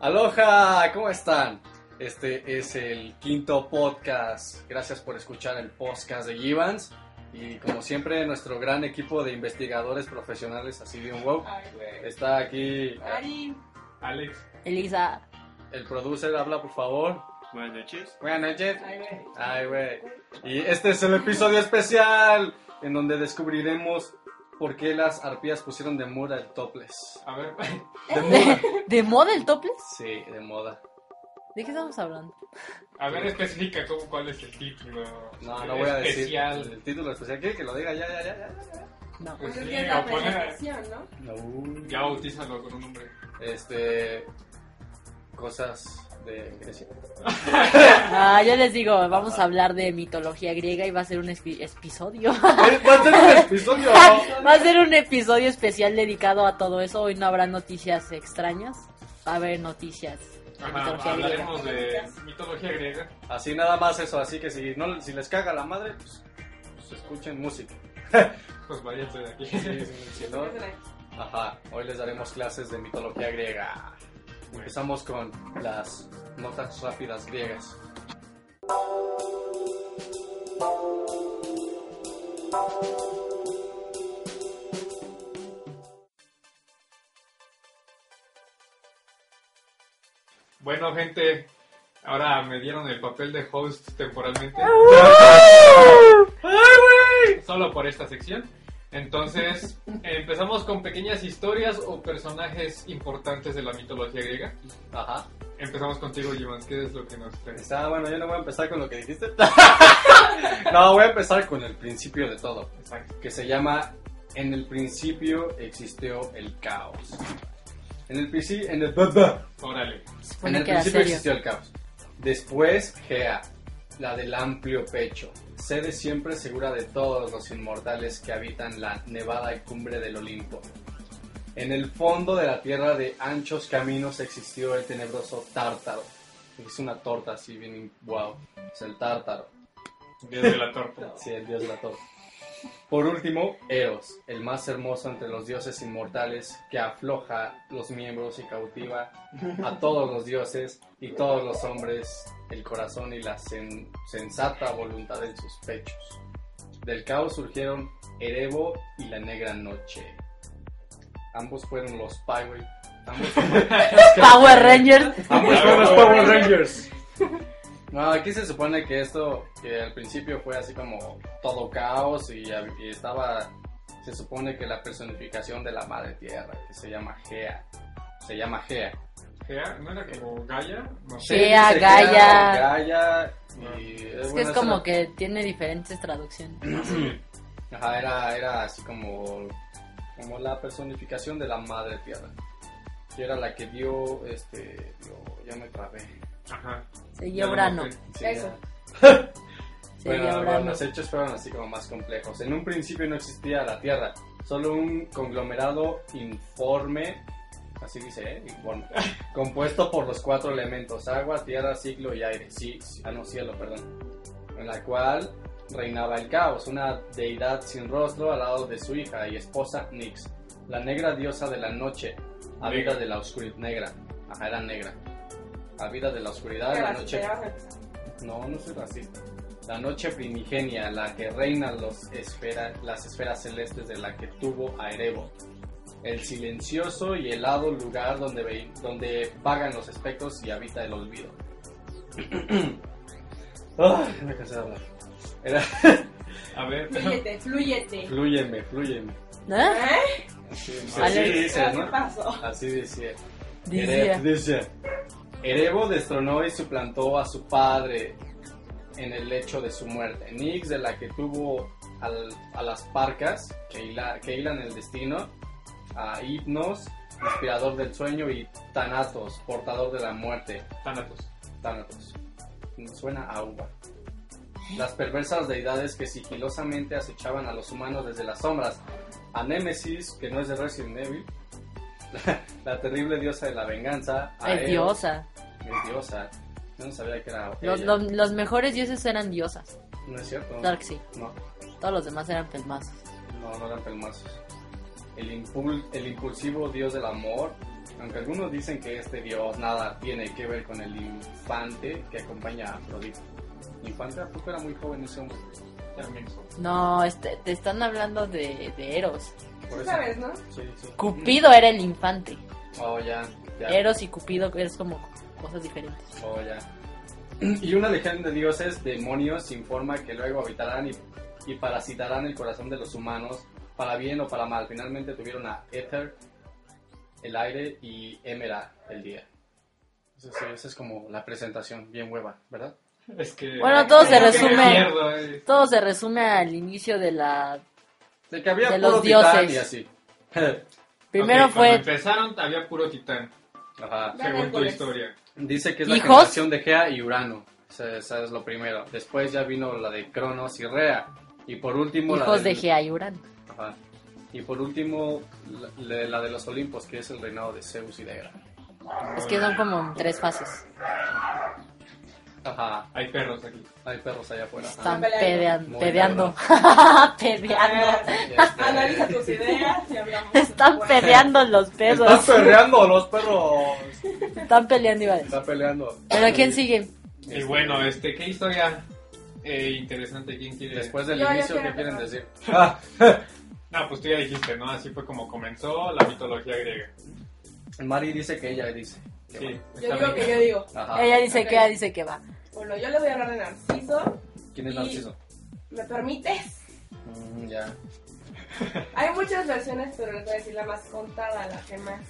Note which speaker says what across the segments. Speaker 1: Aloha, ¿cómo están? Este es el quinto podcast. Gracias por escuchar el podcast de Givans. Y como siempre, nuestro gran equipo de investigadores profesionales, así de un wow,
Speaker 2: Ay, güey.
Speaker 1: está aquí.
Speaker 2: Ari,
Speaker 3: Alex,
Speaker 4: Elisa.
Speaker 1: El producer habla, por favor.
Speaker 3: buenas noches.
Speaker 1: Buenas noches.
Speaker 2: ay, güey.
Speaker 1: Ay, güey. Y este es el episodio especial en donde descubriremos por qué las arpías pusieron de moda el topless.
Speaker 3: A ver,
Speaker 1: De moda.
Speaker 4: ¿De moda el topless?
Speaker 1: Sí, de moda.
Speaker 4: ¿De qué estamos hablando?
Speaker 3: a ver especifica cómo, cuál es el título.
Speaker 1: No, no voy a decir
Speaker 3: especial.
Speaker 1: el título especial. ¿Qué? Que lo diga ya, ya, ya, ya.
Speaker 4: No.
Speaker 2: Pues
Speaker 3: Sí,
Speaker 2: es que es la
Speaker 3: o poner-
Speaker 2: presentación, ¿no?
Speaker 1: No.
Speaker 3: Ya bautízalo con un nombre.
Speaker 1: Este. Cosas de Grecia.
Speaker 4: Ah, yo les digo, vamos a hablar de mitología griega y va a ser un espi- episodio.
Speaker 1: ¡Va a ser un episodio!
Speaker 4: va a ser un episodio especial dedicado a todo eso. Hoy no habrá noticias extrañas. Va a haber noticias de
Speaker 3: Ajá,
Speaker 4: mitología griega.
Speaker 3: hablaremos de mitología griega.
Speaker 1: Así nada más eso. Así que si, no, si les caga la madre, pues, pues escuchen música.
Speaker 3: Pues váyanse de aquí.
Speaker 1: Si no, ajá. Hoy les daremos clases de mitología griega. Empezamos con las notas rápidas griegas.
Speaker 3: Bueno, gente, ahora me dieron el papel de host temporalmente. Solo por esta sección. Entonces, empezamos con pequeñas historias o personajes importantes de la mitología griega.
Speaker 1: Ajá.
Speaker 3: Empezamos contigo, Jimans, ¿qué es lo que nos traes?
Speaker 1: Está bueno, yo no voy a empezar con lo que dijiste. no, voy a empezar con el principio de todo,
Speaker 3: Exacto.
Speaker 1: que se llama En el principio existió el caos. En el, princi- en el,
Speaker 3: Órale.
Speaker 4: Se
Speaker 1: en
Speaker 4: supone
Speaker 1: el
Speaker 4: que era
Speaker 1: principio
Speaker 4: serio.
Speaker 1: existió el caos. Después, Gea, la del amplio pecho, sede siempre segura de todos los inmortales que habitan la nevada y cumbre del Olimpo. En el fondo de la tierra de anchos caminos existió el tenebroso Tártaro. Es una torta así bien... wow. Es el Tártaro.
Speaker 3: Desde la torta.
Speaker 1: Sí, el dios de la torta. Por último, Eros, el más hermoso entre los dioses inmortales, que afloja los miembros y cautiva a todos los dioses y todos los hombres el corazón y la sen- sensata voluntad en sus pechos. Del caos surgieron Erebo y la Negra Noche. Ambos fueron los Power ambos
Speaker 4: Power Rangers.
Speaker 1: Ambos
Speaker 3: Ah,
Speaker 1: fueron los
Speaker 3: bueno.
Speaker 1: pues, Power Rangers. No, aquí se supone que esto, que al principio fue así como todo caos y, hab- y estaba, se supone que la personificación de la madre tierra, que se llama Gea, se llama Gea.
Speaker 3: Gea, ¿no era como Gaia? No sé.
Speaker 4: Gea,
Speaker 1: Dice
Speaker 4: Gaia.
Speaker 1: Gaia, y...
Speaker 4: Es que es como que tiene diferentes traducciones.
Speaker 1: Ajá, era, era así como, como la personificación de la madre tierra, que era la que dio, este, lo- ya me trabé.
Speaker 3: Ajá.
Speaker 4: Seguía Urano.
Speaker 1: Sí,
Speaker 2: Eso.
Speaker 1: ya.
Speaker 4: Seguía
Speaker 1: Bueno,
Speaker 4: Urano.
Speaker 1: los hechos fueron así como más complejos. En un principio no existía la Tierra, solo un conglomerado informe, así dice, ¿eh? Informe, compuesto por los cuatro elementos, agua, tierra, ciclo y aire, sí, sí, ah, no, cielo, perdón, en la cual reinaba el caos, una deidad sin rostro al lado de su hija y esposa Nix, la negra diosa de la noche, ávida
Speaker 3: Negra.
Speaker 1: de la oscuridad, negra, ajá, era negra, ávida de la oscuridad,
Speaker 2: Qué
Speaker 1: de la
Speaker 2: vas-
Speaker 1: noche
Speaker 2: ya vas a empezar.
Speaker 1: no, no soy racista. La noche primigenia, la que reina los esfera- las esferas celestes de la que tuvo a Erebo. El silencioso y helado lugar donde, ve- donde vagan los espectros y habita el olvido. Ay, me cansé de hablar. Era,
Speaker 3: A ver,
Speaker 2: Flúyete, flúyete.
Speaker 1: flúyeme, flúyeme.
Speaker 4: ¿Eh?
Speaker 2: ¿Eh?
Speaker 1: Así,
Speaker 4: Alex.
Speaker 1: dice,
Speaker 2: ¿Qué
Speaker 1: ¿no?
Speaker 2: pasó?
Speaker 1: Así decía.
Speaker 4: Decía.
Speaker 1: Ere- dice, Erebo destronó y suplantó a su padre en el lecho de su muerte. Nix, de la que tuvo al- a las parcas que, hila- que hilan el destino, a Hipnos, inspirador del sueño, y Thanatos, portador de la muerte.
Speaker 3: Thanatos.
Speaker 1: Thanatos. Me Suena a uva. Las perversas deidades que sigilosamente acechaban a los humanos desde las sombras. A Némesis, que no es de Resident Evil. La, terrible diosa de la venganza. A
Speaker 4: Es
Speaker 1: Eros,
Speaker 4: diosa.
Speaker 1: Es diosa. Yo no sabía que era.
Speaker 4: Los,
Speaker 1: ella.
Speaker 4: los- los mejores dioses eran diosas.
Speaker 1: No es cierto.
Speaker 4: Claro que sí.
Speaker 1: No,
Speaker 4: Todos los demás eran pues, pelmazos.
Speaker 1: no, no eran pelmazos. El, impul- el impulsivo dios del amor. Aunque algunos dicen que este dios nada tiene que ver con el infante que acompaña a Afrodita. Infante, ¿a poco era muy joven ese hombre?
Speaker 3: También son.
Speaker 4: No, este, te están hablando de, de Eros.
Speaker 1: Por
Speaker 2: Tú
Speaker 1: eso-
Speaker 2: sabes, ¿no?
Speaker 1: Sí, sí.
Speaker 4: Cupido era el infante.
Speaker 1: Oh, ya, ya.
Speaker 4: Eros y Cupido es como cosas diferentes.
Speaker 1: Oh, ya. Y una legión de dioses, demonios, informa que luego habitarán y, y parasitarán el corazón de los humanos, para bien o para mal. Finalmente tuvieron a Ether, el aire, y Emera, el día. Eso sí, esa es como la presentación, bien hueva, ¿verdad?
Speaker 3: Es que.
Speaker 4: Bueno, todo
Speaker 2: se
Speaker 3: como que
Speaker 2: resume.
Speaker 3: me pierdo, eh.
Speaker 4: Todo se resume al inicio de la...
Speaker 1: De que había
Speaker 4: De
Speaker 1: puro
Speaker 4: los
Speaker 1: titán
Speaker 4: dioses.
Speaker 1: y así.
Speaker 4: Primero
Speaker 3: Ok,
Speaker 4: fue...
Speaker 3: Cuando empezaron, había puro titán,
Speaker 1: Ajá.
Speaker 2: Ya
Speaker 3: según tu
Speaker 2: Hércules.
Speaker 3: historia.
Speaker 1: Dice que es la
Speaker 4: ¿Hijos?
Speaker 1: generación de Gea y Urano. Esa, esa es lo primero. Después ya vino la de Cronos y Rea. Y por último la
Speaker 4: Hijos de
Speaker 1: del-
Speaker 4: Gea y Urano.
Speaker 1: Ajá. Y por último, la, la de los Olimpos, que es el reinado de Zeus y de Hera.
Speaker 4: Es que son como tres fases.
Speaker 1: Ajá.
Speaker 3: Hay perros aquí.
Speaker 1: Hay perros allá afuera. ajá.
Speaker 4: Están
Speaker 2: peleando.
Speaker 4: pedean-
Speaker 1: Muy
Speaker 4: pedeando. pedeando.
Speaker 2: Ah,
Speaker 1: Este,
Speaker 2: Analiza tus ideas y hablamos.
Speaker 4: Están
Speaker 2: Bueno,
Speaker 4: peleando los
Speaker 1: Están
Speaker 4: pedos.
Speaker 1: peleando los perros.
Speaker 4: Están peleando, iba a decir.
Speaker 1: Están peleando.
Speaker 4: Pero ¿quién sigue?
Speaker 3: Y bueno, este, ¿qué historia eh, interesante? ¿Quién quiere?
Speaker 1: Después del
Speaker 2: Yo, yo
Speaker 1: inicio,
Speaker 2: quiero
Speaker 1: ¿qué quieren
Speaker 2: empezar.
Speaker 1: decir?
Speaker 3: No, pues tú ya dijiste, ¿no? Así fue como comenzó la mitología griega.
Speaker 1: Mari dice que ella dice. Qué
Speaker 3: Sí,
Speaker 1: bueno.
Speaker 2: Yo
Speaker 3: está
Speaker 2: digo
Speaker 3: bien.
Speaker 2: que yo digo.
Speaker 1: Ajá.
Speaker 4: Ella dice
Speaker 2: ok.
Speaker 4: que, ella dice que va.
Speaker 2: Bueno, yo les voy a hablar de Narciso.
Speaker 1: ¿Quién es
Speaker 2: y-
Speaker 1: Narciso?
Speaker 2: ¿Me permites?
Speaker 1: Mm, ya.
Speaker 2: Hay muchas versiones, pero les voy a decir la más contada, la que más,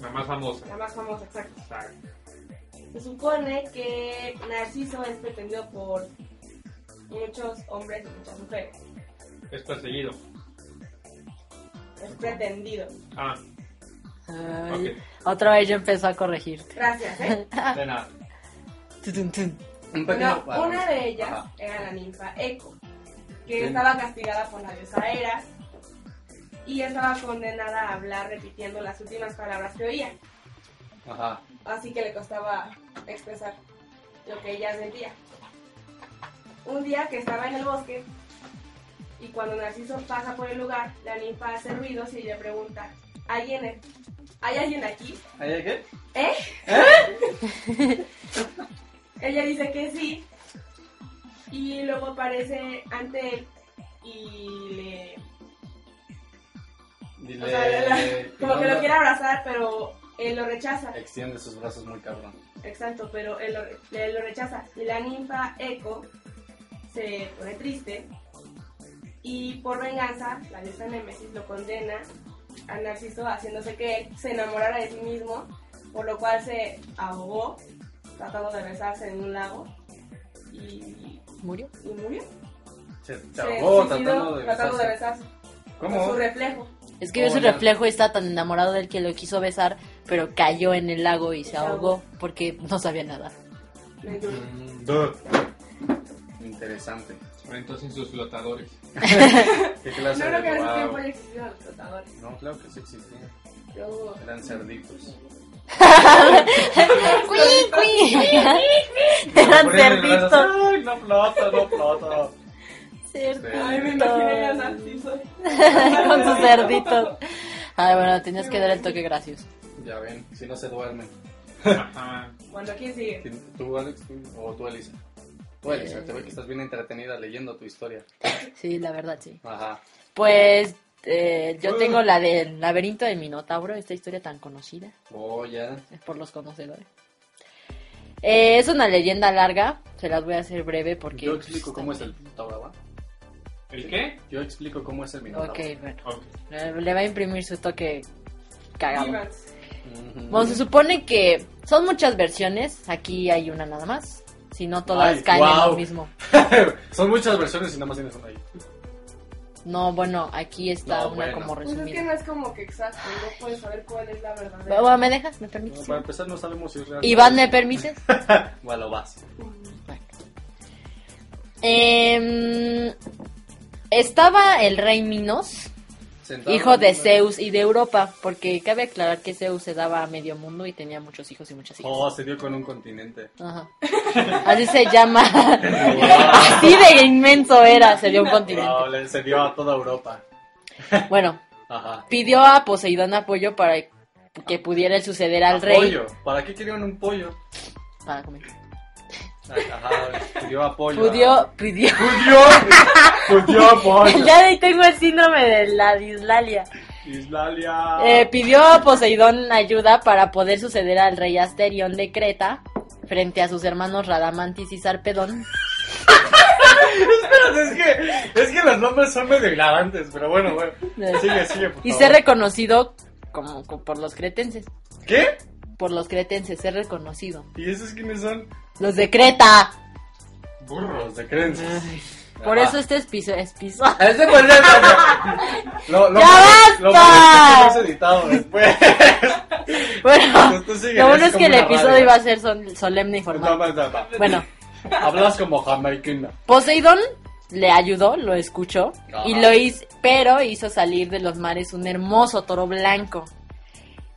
Speaker 3: La más famosa.
Speaker 2: la más famosa, exacto.
Speaker 3: Exacto.
Speaker 2: Se supone que Narciso es pretendido por muchos hombres y muchas mujeres.
Speaker 3: Es perseguido.
Speaker 2: Es pretendido.
Speaker 3: Ah,
Speaker 4: Ay, Otra vez yo empezó a corregir.
Speaker 2: Gracias, ¿eh?
Speaker 3: de nada.
Speaker 4: Tutun, tun.
Speaker 1: Un
Speaker 2: Bueno,
Speaker 1: pequeño.
Speaker 2: una de ellas
Speaker 1: Ajá.
Speaker 2: era la ninfa Eco, que
Speaker 1: Sí.
Speaker 2: estaba castigada por la diosa Hera y estaba condenada a hablar repitiendo las últimas palabras que oía,
Speaker 1: Ajá.
Speaker 2: así que le costaba expresar lo que ella sentía. Un día que estaba en el bosque y cuando Narciso pasa por el lugar, la ninfa hace ruidos y le pregunta, ¿Alguien es- ¿hay alguien aquí?
Speaker 1: ¿Ahí hay qué?
Speaker 2: ¿Eh? Ella dice que sí. Y luego aparece ante él y le.
Speaker 1: Dile.
Speaker 2: o sea, le- le- como que lo quiere abrazar, pero él lo rechaza.
Speaker 1: Extiende sus brazos muy cabrón.
Speaker 2: Exacto, pero él lo, re- él lo rechaza. Y la ninfa Eco se pone triste. Y por venganza, la diosa Nemesis lo condena a Narciso, haciéndose que él se enamorara de sí mismo, por lo cual se ahogó, tratando de besarse en un lago. Y,
Speaker 4: ¿Murió?
Speaker 2: y murió.
Speaker 1: Se se
Speaker 2: se
Speaker 1: ahogó oh,
Speaker 2: suicidó
Speaker 1: tratando de
Speaker 2: tratando de
Speaker 1: besarse.
Speaker 2: besarse. Con
Speaker 1: ¿Cómo?
Speaker 2: su reflejo.
Speaker 4: Es que vio
Speaker 1: Oh,
Speaker 4: su
Speaker 1: ya.
Speaker 4: reflejo y está tan enamorado de él que lo quiso besar, pero cayó en el lago y se
Speaker 2: Se
Speaker 4: ahogó porque no sabía nada.
Speaker 2: Me engañó.
Speaker 1: Mm, Interesante.
Speaker 3: Entonces sus flotadores.
Speaker 1: ¿Qué
Speaker 2: No
Speaker 1: clase
Speaker 2: creo
Speaker 1: de
Speaker 2: que en ese
Speaker 1: wow?
Speaker 2: tiempo haya existido los flotadores.
Speaker 1: No, claro que sí existían.
Speaker 2: Yo dudo.
Speaker 1: Eran cerditos.
Speaker 4: ¡Cuí, cuí! Eran cerditos.
Speaker 1: Ay, No floto, no floto.
Speaker 2: Ay, me
Speaker 4: Cerditos.
Speaker 2: imaginé a Narciso.
Speaker 4: Con sus cerditos. Ay, bueno, tenías que dar el toque gracioso.
Speaker 1: Ya ven, si no se duermen.
Speaker 3: Ajá.
Speaker 2: Bueno, ¿quién sigue?
Speaker 1: ¿Tú, Alex? tú? ¿O tú, Elisa? Tú, Elisa, te veo que estás bien entretenida leyendo tu historia.
Speaker 4: Sí, la verdad, sí.
Speaker 1: Ajá.
Speaker 4: Pues eh, yo tengo la del laberinto de Minotauro, esta historia tan conocida
Speaker 1: Oh, ya.
Speaker 4: por los conocedores. Eh, es una leyenda larga, se las voy a hacer breve porque... pues,
Speaker 1: Yo explico cómo es el minotauro, ¿va?
Speaker 3: ¿El qué?
Speaker 1: Yo explico cómo es el minotauro.
Speaker 4: Ok, bueno.
Speaker 3: Ok.
Speaker 4: eh, Le va a imprimir su toque cagado.
Speaker 2: Vivas.
Speaker 1: Ujú.
Speaker 4: Bueno, se supone que son muchas versiones, aquí hay una nada más. Si no, todas
Speaker 1: Ay,
Speaker 4: caen en lo
Speaker 1: guau.
Speaker 4: mismo.
Speaker 1: Son muchas versiones y nada más tienes una ahí.
Speaker 4: No, bueno, aquí está
Speaker 1: No,
Speaker 4: una
Speaker 1: bueno.
Speaker 4: como
Speaker 2: Pues es que
Speaker 4: resumida.
Speaker 2: no es como que exacto, no puedes saber cuál es la verdadera.
Speaker 4: Bueno, ¿Me dejas? ¿Me
Speaker 1: Bueno,
Speaker 4: permites?
Speaker 1: para empezar, no sabemos si es real.
Speaker 4: Iván, ¿me permites?
Speaker 1: Bueno, vas.
Speaker 2: Mm.
Speaker 4: Em, estaba el rey Minos,
Speaker 1: Sentado
Speaker 4: hijo de
Speaker 1: en una-
Speaker 4: Zeus y de Europa, porque cabe aclarar que Zeus se daba a medio mundo y tenía muchos hijos y muchas hijas.
Speaker 1: Oh, se dio con un continente.
Speaker 4: Ajá. Así se llama. Así de inmenso era, se dio un
Speaker 1: No,
Speaker 4: continente.
Speaker 1: le- se dio a toda Europa.
Speaker 4: Bueno,
Speaker 1: Ajá.
Speaker 4: pidió a Poseidón apoyo para que pudiera suceder al rey Ah,
Speaker 1: Pollo. ¿Para qué querían un pollo?
Speaker 4: para comer.
Speaker 1: Ajá, pidió apoyo.
Speaker 4: Pudió, pidió.
Speaker 1: Pudió. Pudió
Speaker 4: El
Speaker 1: apoyo.
Speaker 4: día de hoy tengo el síndrome de la dislalia.
Speaker 1: Islalia.
Speaker 4: Eh, pidió a Poseidón ayuda para poder suceder al rey Asterión de Creta frente a sus hermanos Radamantis y Sarpedón.
Speaker 1: es que, es que los nombres son medio hilarantes, pero bueno, bueno. Sigue, sigue, por
Speaker 4: Eh, Y
Speaker 1: favor.
Speaker 4: ser reconocido como, como por los cretenses.
Speaker 1: ¿Qué?
Speaker 4: Por los cretenses, ser reconocido.
Speaker 1: ¿Y esos quiénes son?
Speaker 4: Los de Creta.
Speaker 1: Burros de creencias.
Speaker 4: Por
Speaker 1: Ah.
Speaker 4: eso este es piso. Es piso.
Speaker 1: Ese pues es lo, lo
Speaker 4: ¡Ya
Speaker 1: malo- Lo malo es que
Speaker 4: basta!
Speaker 1: no es editado después.
Speaker 4: Bueno,
Speaker 1: Pues Tú sigue,
Speaker 4: lo bueno
Speaker 1: eres
Speaker 4: es que el
Speaker 1: como una Pues
Speaker 4: episodio
Speaker 1: radio.
Speaker 4: iba a ser sol- solemne y
Speaker 1: No,
Speaker 4: formal.
Speaker 1: no, no, no.
Speaker 4: Bueno,
Speaker 1: Hablas como jamaicana.
Speaker 4: Poseidón le ayudó, lo escuchó y
Speaker 1: Ajá.
Speaker 4: lo hizo, pero hizo salir de los mares un hermoso toro blanco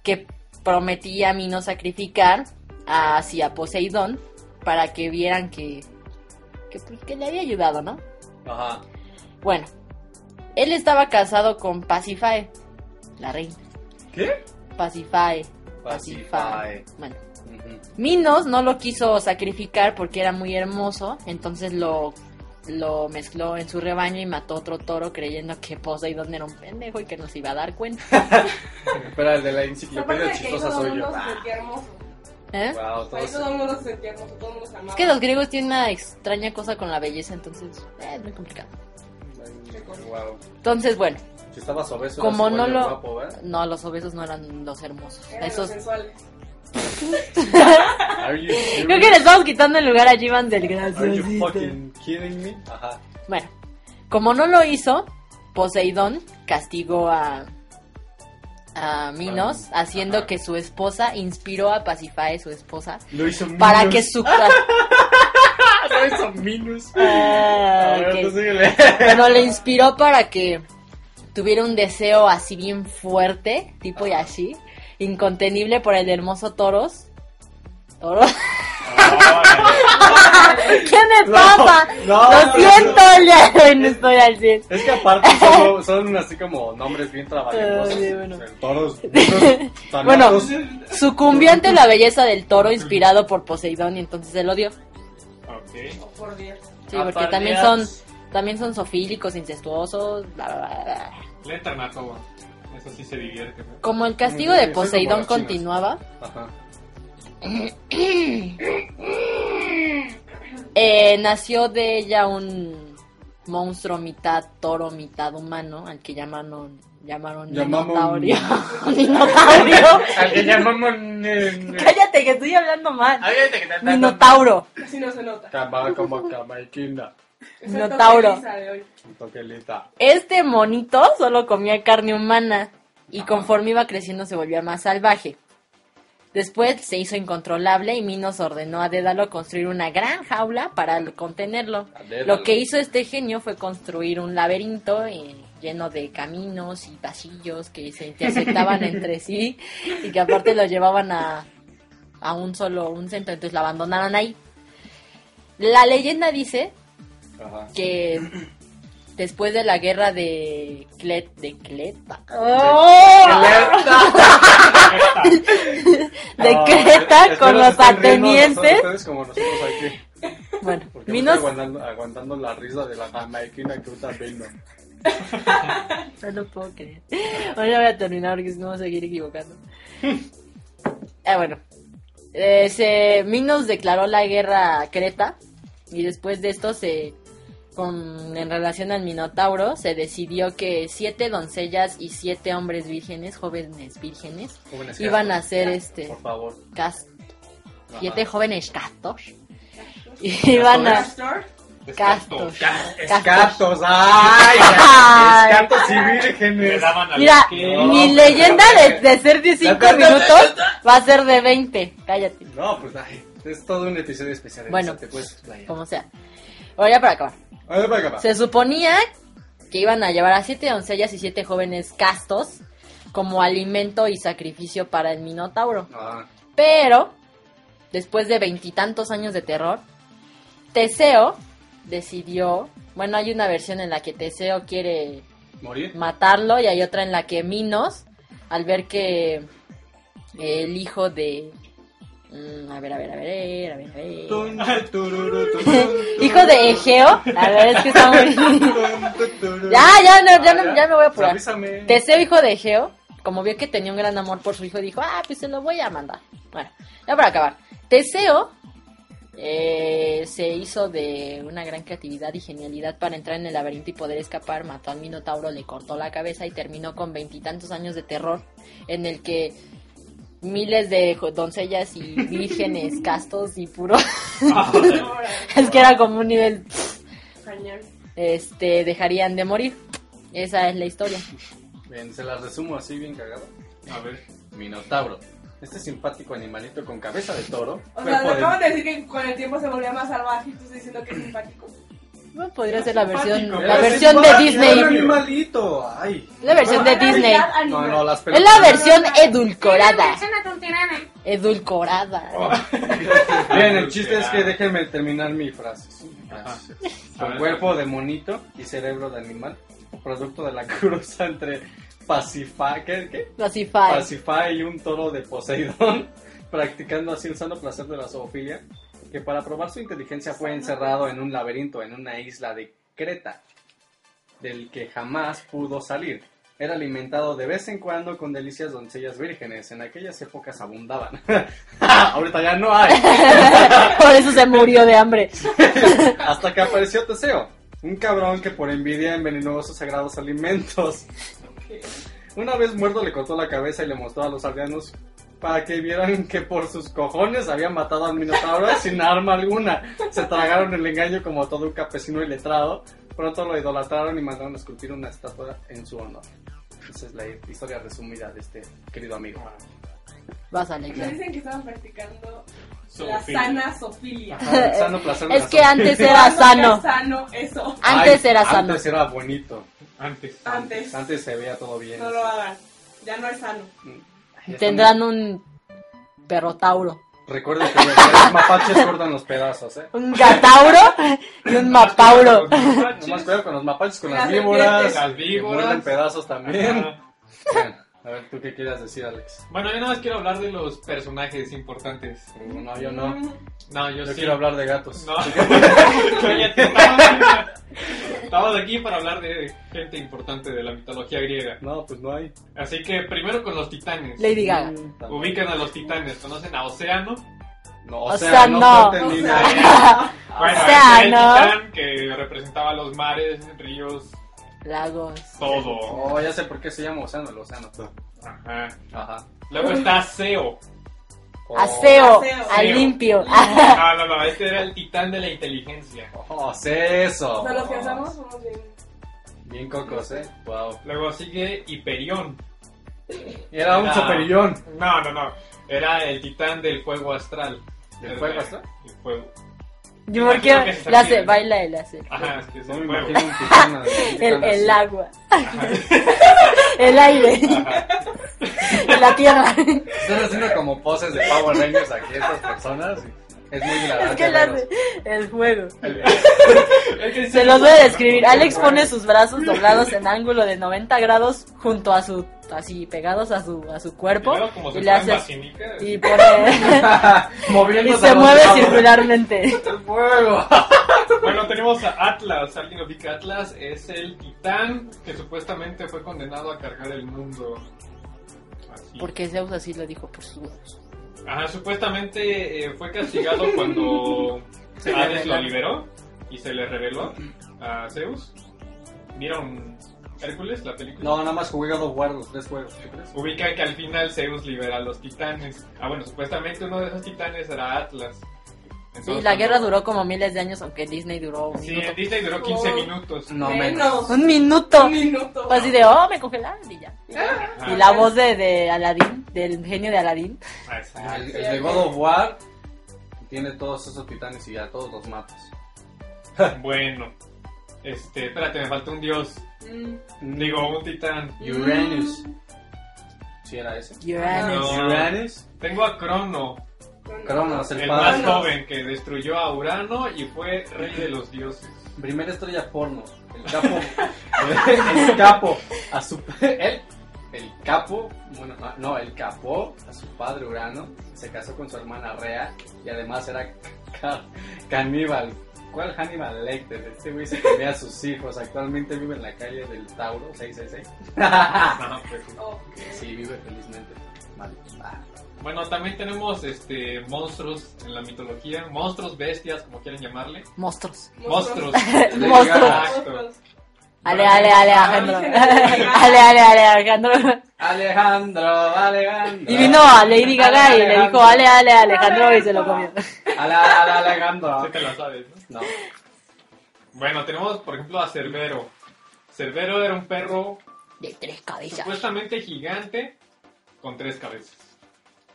Speaker 4: que prometía a mí no sacrificar hacia Poseidón para que vieran que, que, pues, que le había ayudado, ¿no?
Speaker 1: Ajá.
Speaker 4: Bueno, él estaba casado con Pasifae, la reina.
Speaker 1: ¿Qué?
Speaker 4: Pasifae.
Speaker 1: Pasifae.
Speaker 4: Bueno.
Speaker 1: Ujú.
Speaker 4: Minos no lo quiso sacrificar porque era muy hermoso, entonces lo, lo mezcló en su rebaño y mató otro toro creyendo que Poseidón era un pendejo y que nos iba a dar cuenta.
Speaker 1: Espera, el de la
Speaker 2: Aparte
Speaker 1: enciclopedia
Speaker 2: de que ahí
Speaker 1: chistosa
Speaker 2: todo el
Speaker 1: soy yo.
Speaker 2: mundo se sentía hermoso.
Speaker 4: ¿Eh?
Speaker 1: Wow,
Speaker 2: Ahí todo
Speaker 1: todos.
Speaker 2: el mundo se sentía hermoso, todo el mundo se amaba.
Speaker 4: Es que los griegos tienen una extraña cosa con la belleza, entonces eh, es muy complicado.
Speaker 1: Wow.
Speaker 4: Entonces, bueno,
Speaker 1: Si estabas obeso,
Speaker 4: Como
Speaker 1: eras
Speaker 4: no
Speaker 1: igual de
Speaker 4: lo-
Speaker 1: guapo, ¿eh?
Speaker 4: no, los obesos no eran los hermosos.
Speaker 2: Eran los
Speaker 4: Esos...
Speaker 2: sensuales.
Speaker 1: Are you serious?
Speaker 4: Creo que le estamos quitando el lugar a Jivan del
Speaker 1: Are you
Speaker 4: graciosito.
Speaker 1: fucking kidding me? Ajá.
Speaker 4: Bueno, como no lo hizo, Poseidón castigó a, a Minos,
Speaker 1: Ah,
Speaker 4: haciendo
Speaker 1: ajá.
Speaker 4: que su esposa inspiró a Pasifae, su esposa,
Speaker 1: Lo hizo Minus.
Speaker 4: para que su... ca-
Speaker 1: Ah, Lo hizo Minus.
Speaker 4: Ah,
Speaker 1: A ver,
Speaker 4: ok.
Speaker 1: tú síguele.
Speaker 4: Bueno, le inspiró para que tuviera un deseo así bien fuerte, tipo
Speaker 1: Ajá.
Speaker 4: Yashi, incontenible por el hermoso Toros. ¿Toros? ¿Qué me
Speaker 1: Ah, No,
Speaker 4: pasa?
Speaker 1: no,
Speaker 4: lo
Speaker 1: no,
Speaker 4: siento, ya no estoy al 100.
Speaker 1: Es que aparte son, son así como nombres bien trabajosos.
Speaker 4: Ay, bueno.
Speaker 1: Toros, toros,
Speaker 4: Bueno,
Speaker 1: tanatos.
Speaker 4: sucumbió ante la belleza del toro inspirado por Poseidón y entonces él odió.
Speaker 3: Ok.
Speaker 2: Oh, por Dios.
Speaker 4: Sí, porque también son,
Speaker 3: pues.
Speaker 4: también son sofílicos, incestuosos, bla, bla, bla, bla.
Speaker 3: Le entran a todo. Eso sí se divierte, ¿no?
Speaker 4: Como el castigo
Speaker 1: Mm,
Speaker 4: de
Speaker 1: eso es como
Speaker 4: Poseidón
Speaker 1: las chinas.
Speaker 4: continuaba,
Speaker 1: Ajá.
Speaker 4: eh, nació de ella un monstruo mitad toro, mitad humano, al que llamaron, llamaron
Speaker 1: Llamamos-
Speaker 4: Minotaurio. Minotaurio.
Speaker 1: Al que llamamos. eh,
Speaker 4: Cállate que estoy hablando mal.
Speaker 3: Cállate que te están-
Speaker 4: Minotauro.
Speaker 2: Casi no se nota.
Speaker 1: Cama, como camaiquina.
Speaker 2: Es el toque
Speaker 4: Minotauro.
Speaker 2: Lisa de hoy.
Speaker 1: Toquelita.
Speaker 4: Este monito solo comía carne humana y conforme iba creciendo se volvía más salvaje. Después se hizo incontrolable y Minos ordenó a Dédalo construir una gran jaula para l- contenerlo.
Speaker 1: A Dédalo.
Speaker 4: Lo que hizo este genio fue construir un laberinto eh, lleno de caminos y pasillos que se interceptaban entre sí y que aparte lo llevaban a, a un solo un centro, entonces lo abandonaron ahí. La leyenda dice
Speaker 1: Ajá.
Speaker 4: que después de la guerra de Clet de Cleta de
Speaker 1: No,
Speaker 4: Creta
Speaker 1: es que
Speaker 4: con
Speaker 1: nos
Speaker 4: los
Speaker 1: Ah, están riendo nosotros,
Speaker 4: atenienses
Speaker 1: Ustedes como nosotros aquí.
Speaker 4: bueno
Speaker 1: Porque me estoy
Speaker 4: Minos
Speaker 1: aguantando, aguantando la risa de la jamaiquina que usa vino.
Speaker 4: no lo puedo creer bueno ya voy a terminar porque si no voy a seguir equivocando ah bueno Eh, se- Minos declaró la guerra a Creta y después de esto se con, en relación al Minotauro se decidió que siete doncellas y siete hombres vírgenes jóvenes vírgenes
Speaker 1: Jóvenes
Speaker 4: iban a
Speaker 1: castos,
Speaker 4: ser este
Speaker 1: Por favor.
Speaker 4: cas-
Speaker 1: Ajá.
Speaker 4: siete jóvenes castos y iban a
Speaker 2: Castor.
Speaker 4: castos
Speaker 1: Escatos, ay,
Speaker 4: Ay.
Speaker 1: escatos y
Speaker 3: Le
Speaker 1: vírgenes.
Speaker 3: daban a
Speaker 4: mira
Speaker 3: los que-
Speaker 1: No,
Speaker 4: mi
Speaker 1: pues,
Speaker 4: leyenda de,
Speaker 1: cállate.
Speaker 4: de ser de
Speaker 1: Ya,
Speaker 4: 5
Speaker 1: ya, ya, ya,
Speaker 4: minutos va a ser de 20 cállate
Speaker 1: No, pues ay, es todo un episodio especial. este, pues,
Speaker 4: Bueno.
Speaker 1: Elisa, te puedes explayar.
Speaker 4: como sea ahora ya para acabar
Speaker 1: A ver, venga, va.
Speaker 4: se suponía que iban a llevar a siete doncellas y siete jóvenes castos como alimento y sacrificio para el Minotauro
Speaker 1: Ah,
Speaker 4: Pero, después de veintitantos años de terror, Teseo decidió. Bueno, hay una versión en la que Teseo quiere
Speaker 1: morir.
Speaker 4: matarlo y hay otra en la que Minos, al ver que el hijo de... mm, a ver, a ver, a ver, a ver, a ver.
Speaker 5: Tun, tururu, tun, tun,
Speaker 4: Hijo de Egeo. A ver, es que está muy...
Speaker 5: tun, tururu.
Speaker 4: ya, ya, no, ya, no, ya me voy a apurar.
Speaker 1: Avísame.
Speaker 4: Teseo, hijo de Egeo, como vio que tenía un gran amor por su hijo, dijo, ah, pues se lo voy a mandar. Bueno, ya para acabar. Teseo eh, se hizo de una gran creatividad y genialidad para entrar en el laberinto y poder escapar. Mató al Minotauro, le cortó la cabeza y terminó con veintitantos años de terror en el que miles de jo- doncellas y vírgenes castos y puros,
Speaker 2: Ahora,
Speaker 4: es que era como un nivel
Speaker 2: cañón.
Speaker 4: este, dejarían de morir. Esa es la historia.
Speaker 1: Bien, se las resumo así bien cagado.
Speaker 3: A ver.
Speaker 1: Minotauro. Este simpático animalito con cabeza de toro.
Speaker 2: O sea,
Speaker 1: cuerpo
Speaker 2: le
Speaker 1: de-
Speaker 2: acabo de decir que con el tiempo se volvía más salvaje y tú estás diciendo que es simpático.
Speaker 4: Bueno, podría ser la versión,
Speaker 3: Simpático.
Speaker 4: la
Speaker 1: Era
Speaker 4: versión de
Speaker 1: simpático,
Speaker 4: Disney.
Speaker 1: era un animalito. Ay.
Speaker 4: La versión de Disney.
Speaker 1: No, no, las
Speaker 4: Es la
Speaker 1: pelotas-
Speaker 4: versión edulcorada. Edulcorada.
Speaker 1: Bien, el chiste es que déjenme terminar mi frase.
Speaker 3: Ajá. Ah, A
Speaker 1: Con
Speaker 3: ver.
Speaker 1: cuerpo de monito y cerebro de animal, producto de la cruza entre Pacify, ¿qué, qué?
Speaker 4: Pacify.
Speaker 1: Pacify y un toro de Poseidón, practicando así el sano placer de la zoofilia, que para probar su inteligencia fue encerrado en un laberinto en una isla de Creta, del que jamás pudo salir. Era alimentado de vez en cuando con delicias doncellas vírgenes. En aquellas épocas abundaban. Ahorita ya no hay.
Speaker 4: Por eso se murió de hambre.
Speaker 1: Hasta que apareció Teseo, un cabrón que por envidia envenenó sus sagrados alimentos. Una vez muerto le cortó la cabeza y le mostró a los aldeanos para que vieran que por sus cojones habían matado al Minotauro sin arma alguna. Se tragaron el engaño como todo un campesino iletrado. Pronto lo idolatraron y mandaron a esculpir una estatua en su honor. Esa es la historia resumida de este querido amigo.
Speaker 4: Vas a
Speaker 2: Nos dicen que estaban practicando la
Speaker 3: Zoofilia.
Speaker 2: sana sofilia.
Speaker 1: Ajá, el sano placer de
Speaker 4: Es
Speaker 1: la
Speaker 4: que antes era
Speaker 2: ¿Cuándo
Speaker 4: sano.
Speaker 2: es sano eso?
Speaker 1: Ay,
Speaker 4: Antes era sano.
Speaker 1: Antes era bonito.
Speaker 3: Antes.
Speaker 2: Antes.
Speaker 1: Antes se veía todo bien.
Speaker 2: No lo hagan. Ya no es sano.
Speaker 4: Tendrán un perrotauro.
Speaker 1: Recuerden que los mapaches cortan los pedazos, ¿eh?
Speaker 4: Un gatauro y un mapauro.
Speaker 1: Nomás cuidado con los mapaches, con
Speaker 2: Las
Speaker 1: las víboras.
Speaker 2: serpientes.
Speaker 3: Las víboras.
Speaker 1: Que muerden pedazos también.
Speaker 3: Ajá.
Speaker 1: Bien, a ver, ¿tú qué quieras decir, Alex?
Speaker 3: Bueno, yo nada más quiero hablar de los personajes importantes.
Speaker 1: No, yo
Speaker 2: Mm.
Speaker 1: no. Yo
Speaker 3: No, yo, sí.
Speaker 1: quiero hablar de gatos.
Speaker 3: No. Cállate, estamos- Estamos aquí para hablar de gente importante de la mitología griega.
Speaker 1: No, pues no hay.
Speaker 3: Así que primero con los titanes.
Speaker 4: Lady Gaga.
Speaker 3: Ubican a los titanes, conocen a Océano.
Speaker 1: No, o,
Speaker 4: O
Speaker 1: sea,
Speaker 4: sea,
Speaker 1: no.
Speaker 4: no.
Speaker 1: te entendí
Speaker 2: O
Speaker 1: nada. Ah.
Speaker 3: Bueno,
Speaker 4: Océano.
Speaker 3: era el titán que representaba los mares, ríos,
Speaker 4: Lagos.
Speaker 3: todo.
Speaker 1: Oh, ya sé por qué se llama Océano, el Océano.
Speaker 3: Ajá.
Speaker 1: Ajá.
Speaker 3: Luego está Seo.
Speaker 1: Oh,
Speaker 4: Aseo.
Speaker 2: Aseo.
Speaker 4: Al limpio. Ah,
Speaker 3: No, no, no, este era el titán de la inteligencia.
Speaker 1: Oh, eso.
Speaker 2: O sea, los que usamos somos bien.
Speaker 1: Bien cocos, ¿eh? Wow.
Speaker 3: Luego sigue Hiperión.
Speaker 1: Era un
Speaker 3: Era-
Speaker 1: superillón.
Speaker 3: No, no, no. Era el titán del fuego astral.
Speaker 1: ¿Del
Speaker 3: El-
Speaker 1: fuego astral?
Speaker 3: El fuego.
Speaker 4: Yo porque la hace, baila y la hace.
Speaker 3: Ajá, es que es
Speaker 1: No
Speaker 3: el
Speaker 1: me
Speaker 3: fuego.
Speaker 1: imagino un titán. un titán
Speaker 4: El, el
Speaker 1: así.
Speaker 4: agua. El aire. La tierra.
Speaker 1: Están haciendo como poses de Power Rangers aquí estas personas. Es muy
Speaker 4: Es
Speaker 1: agradable.
Speaker 4: que la hace.
Speaker 1: verlos.
Speaker 4: El juego.
Speaker 3: Es que
Speaker 4: Se
Speaker 3: sí,
Speaker 4: los voy a describir. Alex pone sus brazos doblados en ángulo de 90 grados junto a su así pegados a su a su
Speaker 3: y
Speaker 4: cuerpo
Speaker 3: luego como
Speaker 4: y
Speaker 3: se
Speaker 4: le
Speaker 3: fueran
Speaker 4: haces
Speaker 3: vacinicas,
Speaker 4: y pone y
Speaker 1: Moviéndose a
Speaker 4: se
Speaker 1: los
Speaker 4: mueve
Speaker 1: lados.
Speaker 4: circularmente.
Speaker 1: El fuego.
Speaker 3: Bueno, tenemos a Atlas. ¿Alguien ubica a Atlas? Es el titán que supuestamente fue condenado a cargar el mundo. Así.
Speaker 4: Porque Zeus así lo dijo por su
Speaker 3: Ajá, supuestamente eh, fue castigado cuando Hades lo liberó y se le reveló a Zeus. ¿Vieron Hércules, la película?
Speaker 1: No, nada más jugué a dos War los tres juegos. ¿qué crees?
Speaker 3: Ubica que al final Zeus libera a los titanes. Ah, bueno, supuestamente uno de esos titanes era Atlas.
Speaker 4: Sí,
Speaker 3: Entonces,
Speaker 4: la guerra
Speaker 3: cuando-
Speaker 4: duró como miles de años aunque Disney duró un
Speaker 3: Sí,
Speaker 4: minuto.
Speaker 3: en Disney duró 15
Speaker 2: Oh.
Speaker 3: minutos.
Speaker 1: No, menos.
Speaker 2: menos.
Speaker 4: Un minuto.
Speaker 2: Un minuto.
Speaker 4: Fue así de, oh, me congelaron y ya.
Speaker 2: Ah,
Speaker 3: Ajá.
Speaker 4: Y la voz de, de Aladín, del genio de Aladín.
Speaker 3: Ah, sí.
Speaker 1: El, el de God of War tiene todos esos titanes y a todos los matas.
Speaker 3: Bueno, este, espérate, me falta un dios.
Speaker 2: mm,
Speaker 3: Digo, un titán.
Speaker 1: Uranus. ¿Sí era ese?
Speaker 4: Uranus.
Speaker 3: No.
Speaker 1: Uranus.
Speaker 3: Tengo a Crono,
Speaker 2: Mm.
Speaker 1: Cronos, el,
Speaker 3: el más
Speaker 1: padre.
Speaker 2: Cronos.
Speaker 3: joven que destruyó a Urano y fue rey de los dioses.
Speaker 1: Primera estrella porno. El capo. el capo. A su, el, el capo, bueno, ah, no, el capó a su padre Urano, se casó con su hermana Rea y además era ca- caníbal. ¿Cuál Hannibal Lecter? Este güey se comía a sus hijos, actualmente vive en la calle del Tauro 666.
Speaker 3: Ajá, pues.
Speaker 2: Oh,
Speaker 1: sí, vive felizmente. Vale. Ah.
Speaker 3: Bueno, también tenemos este monstruos en la mitología, monstruos, bestias, como quieran llamarle.
Speaker 4: Monstruos.
Speaker 3: Monstruos.
Speaker 2: Monstruos.
Speaker 4: Monstruos.
Speaker 3: Exacto.
Speaker 4: Ale, ale, ale, Alejandro. Ale, ale, ale, Alejandro.
Speaker 1: Alejandro, Alejandro.
Speaker 4: Y vino a Lady Gaga y le dijo, ale, ale, Alejandro, y se lo comió.
Speaker 1: Ale, ale, Alejandro.
Speaker 3: Sí te la sabes, ¿no?
Speaker 1: No,
Speaker 3: Bueno, tenemos por ejemplo a Cerbero. Cerbero era un perro
Speaker 4: De tres cabezas.
Speaker 3: supuestamente gigante con tres cabezas.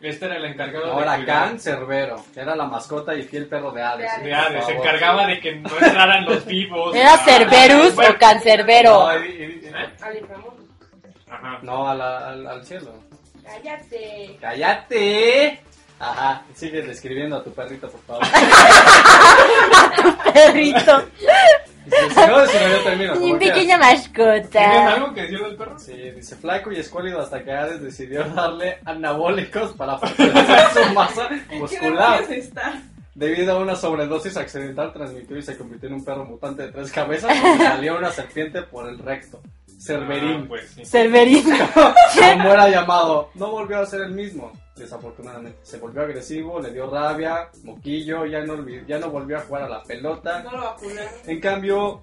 Speaker 3: Este era el encargado
Speaker 1: ahora
Speaker 3: de cuidar-
Speaker 1: Can Cerbero. Era la mascota y fiel perro de Hades.
Speaker 2: De
Speaker 3: de
Speaker 1: por
Speaker 3: Hades, se
Speaker 1: favor.
Speaker 3: encargaba de que no entraran los vivos.
Speaker 4: ¿Era
Speaker 3: Ah,
Speaker 4: Cerberus
Speaker 3: bueno,
Speaker 4: o Cancerbero?
Speaker 1: No, y- y- y-
Speaker 3: ¿eh?
Speaker 2: Al inframundo.
Speaker 3: Ajá.
Speaker 1: no, a la- al, al cielo.
Speaker 2: Cállate.
Speaker 1: ¡Cállate! Ajá, sigue describiendo a tu perrito, por favor.
Speaker 4: Perrito.
Speaker 1: Y si- si no, si no, yo termino.
Speaker 4: Mi
Speaker 1: como
Speaker 3: ¿Tienes
Speaker 4: pequeña mascota.
Speaker 3: algo que decir del perro?
Speaker 1: quieras. Sí, dice flaco y escuálido hasta que Hades decidió darle anabólicos para fortalecer su masa muscular.
Speaker 2: ¿Qué está?
Speaker 1: Debido a una sobredosis accidental, transmitió y se convirtió en un perro mutante de tres cabezas y salió una serpiente por el recto. Cerverín,
Speaker 3: Ah, pues sí.
Speaker 4: Cerberino.
Speaker 1: como era llamado. No volvió a ser el mismo, desafortunadamente. Se volvió agresivo, le dio rabia, moquillo, ya no, olvi- ya no volvió a jugar a la pelota.
Speaker 2: No lo vacunaron.
Speaker 1: En cambio,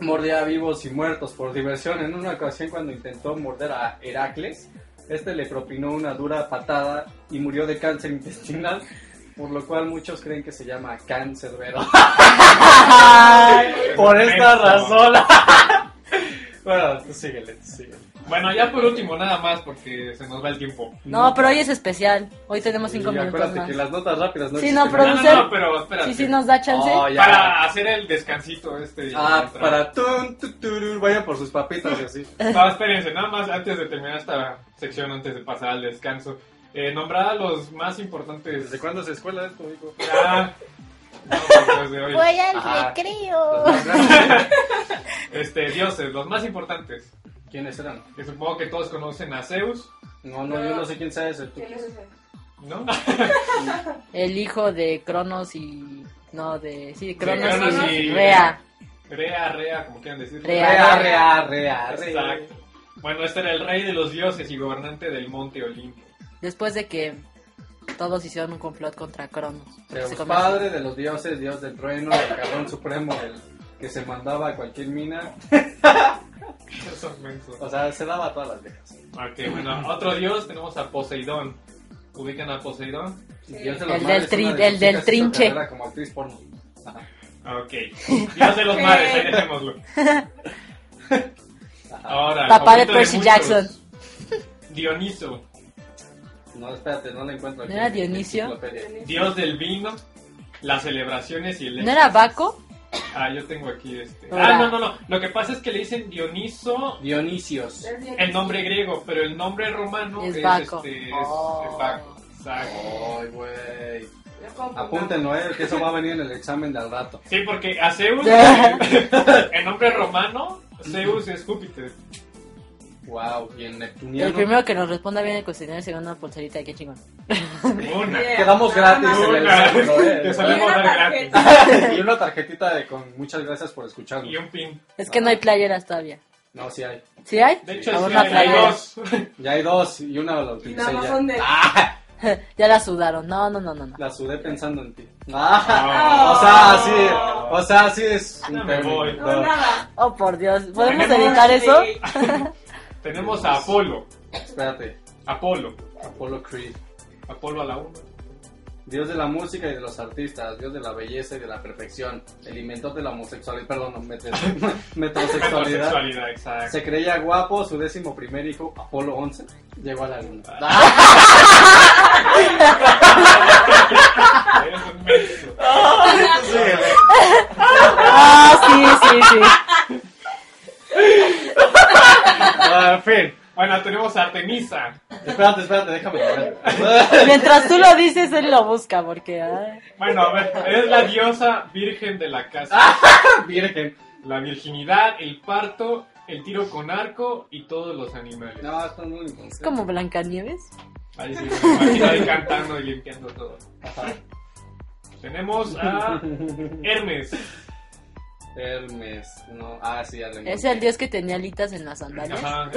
Speaker 1: mordía a vivos y muertos por diversión. En una ocasión, cuando intentó morder a Heracles, este le propinó una dura patada y murió de cáncer intestinal. Por lo cual muchos creen que se llama cancerbero.
Speaker 4: Ay,
Speaker 1: Por esta
Speaker 3: Perfecto.
Speaker 1: razón. bueno, tú síguele, tú síguele.
Speaker 3: Bueno, ya por último, nada más, porque se nos va el tiempo.
Speaker 4: No, pero hoy es especial. Hoy tenemos cinco
Speaker 1: Y
Speaker 4: minutos
Speaker 1: acuérdate
Speaker 4: más.
Speaker 1: que las notas rápidas no
Speaker 4: Sí,
Speaker 3: No,
Speaker 4: no,
Speaker 1: existen.
Speaker 3: no,
Speaker 4: ¿Producer?
Speaker 3: no, pero espérate.
Speaker 4: Sí, sí, nos da chance.
Speaker 1: Oh, ya.
Speaker 3: Para hacer el descansito este.
Speaker 1: Ah,
Speaker 3: mientras-
Speaker 1: para tun, tu, turur, vayan por sus papitas y así.
Speaker 3: No, espérense, nada más antes de terminar esta sección, antes de pasar al descanso. Eh, nombrada los más importantes.
Speaker 1: ¿Desde cuándo se escuela esto, hijo?
Speaker 3: Ya. No, pues, los de hoy.
Speaker 4: Voy al
Speaker 1: Ajá.
Speaker 4: recreo.
Speaker 3: Este, dioses, los más importantes.
Speaker 1: ¿Quiénes eran?
Speaker 3: Que supongo que todos conocen a Zeus,
Speaker 1: No, no, yo no sé quién sea ese. tú.
Speaker 2: ¿Quién es ese?
Speaker 3: ¿no?
Speaker 4: El hijo de Cronos y. No, de. Sí, Cronos,
Speaker 3: Cronos
Speaker 4: y,
Speaker 3: y-
Speaker 4: Rea.
Speaker 3: Rea, Rea, como quieran decir.
Speaker 4: Rea.
Speaker 1: Rea, rea, rea, rea.
Speaker 3: Exacto. Bueno, este era el rey de los dioses y gobernante del monte Olimpo.
Speaker 4: Después de que todos hicieron un complot contra Cronos. Porque
Speaker 1: Zeus,
Speaker 4: se comió-
Speaker 1: padre de los dioses, dios del trueno, el cabrón supremo, el que se mandaba a cualquier mina.
Speaker 3: Son mensos.
Speaker 1: O sea, se daba a todas las viejas.
Speaker 3: Ok, bueno, otro dios tenemos a Poseidón. ¿Ubican a Poseidón?
Speaker 1: Dios de los
Speaker 4: El del
Speaker 1: mares,
Speaker 4: tri-
Speaker 1: una de
Speaker 4: el
Speaker 1: sus
Speaker 4: del
Speaker 1: chicas hizo
Speaker 4: trinche.
Speaker 1: carrera Como actriz porno. Ajá.
Speaker 3: Ok. Dios de los
Speaker 2: Ok.
Speaker 3: mares, ahí dejémoslo. Ahora, el
Speaker 4: Papá de
Speaker 3: favorito
Speaker 4: Percy
Speaker 3: muchos,
Speaker 4: Jackson.
Speaker 3: Dioniso,
Speaker 1: No, espérate, no la encuentro. aquí
Speaker 4: ¿No era
Speaker 1: en la
Speaker 4: Dionisio?
Speaker 1: enciclopedia.
Speaker 3: dios del vino, las celebraciones y el
Speaker 4: ¿No era Baco?
Speaker 3: Ah, yo tengo aquí este.
Speaker 4: Ahora.
Speaker 3: Ah, no, no, no. Lo que pasa es que le dicen Dioniso
Speaker 1: Dionisios.
Speaker 2: Es bien-
Speaker 3: el nombre griego, pero el nombre romano
Speaker 4: Es
Speaker 3: es,
Speaker 4: Baco.
Speaker 3: este es,
Speaker 4: Oh.
Speaker 3: es Baco. Exacto.
Speaker 1: Ay, güey.
Speaker 2: Lo compro,
Speaker 1: Apúntenlo, eh, que eso va a venir en el examen de al rato.
Speaker 3: Sí, porque a Zeus, el nombre romano, Zeus es Júpiter.
Speaker 1: Wow, y en
Speaker 4: El
Speaker 1: Neptuniano.
Speaker 4: primero que nos responda bien el cuestionario se gana una pulserita. Qué chingón.
Speaker 2: ¿no?
Speaker 3: Una.
Speaker 2: Bien,
Speaker 1: Quedamos
Speaker 2: nada
Speaker 1: gratis
Speaker 2: más.
Speaker 1: en
Speaker 3: Una.
Speaker 1: Ah, el
Speaker 3: Te
Speaker 2: Y
Speaker 3: sabemos
Speaker 2: una
Speaker 3: dar gratis.
Speaker 2: tarjeta.
Speaker 1: Y una tarjetita de con muchas gracias por escucharnos.
Speaker 3: Y un pin.
Speaker 4: Es
Speaker 1: Ah.
Speaker 4: que no hay playeras todavía.
Speaker 1: No, sí hay.
Speaker 4: ¿Sí hay?
Speaker 3: De hecho,
Speaker 4: A
Speaker 3: sí,
Speaker 4: ver,
Speaker 3: hay
Speaker 4: la playera.
Speaker 3: dos.
Speaker 1: Ya hay dos y una la utilicé
Speaker 2: Nada más
Speaker 1: ya.
Speaker 2: son de-
Speaker 1: Ah,
Speaker 4: Ya la sudaron. No, no, no, no. no.
Speaker 1: la sudé pensando en ti. Ah,
Speaker 3: Ah,
Speaker 1: o sea, sí, o sea, sí es un
Speaker 3: Ya me
Speaker 1: término.
Speaker 3: voy.
Speaker 2: No, nada.
Speaker 4: Oh, por Dios. ¿Podemos
Speaker 3: Tenemos-
Speaker 4: editar eso?
Speaker 2: Sí.
Speaker 3: Tenemos a Apolo.
Speaker 1: Espérate,
Speaker 3: Apolo.
Speaker 1: Apollo Creed.
Speaker 3: Apolo a la 1.
Speaker 1: Dios de la música y de los artistas, Dios de la belleza y de la perfección, el inventor de la homosexualidad, perdón, no, mete- metrosexualidad.
Speaker 3: Sexualidad, exacto.
Speaker 1: Se creía guapo, su décimo primer hijo, Apolo Ah, 11, llegó a la luna.
Speaker 3: Eres un menso.
Speaker 4: Ah, sí, sí, sí.
Speaker 1: Ah, en fin,
Speaker 3: Bueno, tenemos a Artemisa.
Speaker 1: espérate, espérate, déjame ver.
Speaker 4: Mientras tú lo dices, él lo busca. Porque. ah, ay.
Speaker 3: Bueno, a ver, es la diosa virgen de la casa.
Speaker 1: Virgen,
Speaker 3: La virginidad, el parto el tiro con arco y todos los animales.
Speaker 1: No, están muy
Speaker 4: Es como Blancanieves.
Speaker 3: Ahí sí, me imagino ahí cantando y limpiando todo.
Speaker 1: Ajá.
Speaker 3: Tenemos a Hermes.
Speaker 1: Hermes, no. Ah, sí, ya lo
Speaker 4: Es
Speaker 1: encontré.
Speaker 4: el dios que tenía alitas en las sandalias.
Speaker 3: Ajá,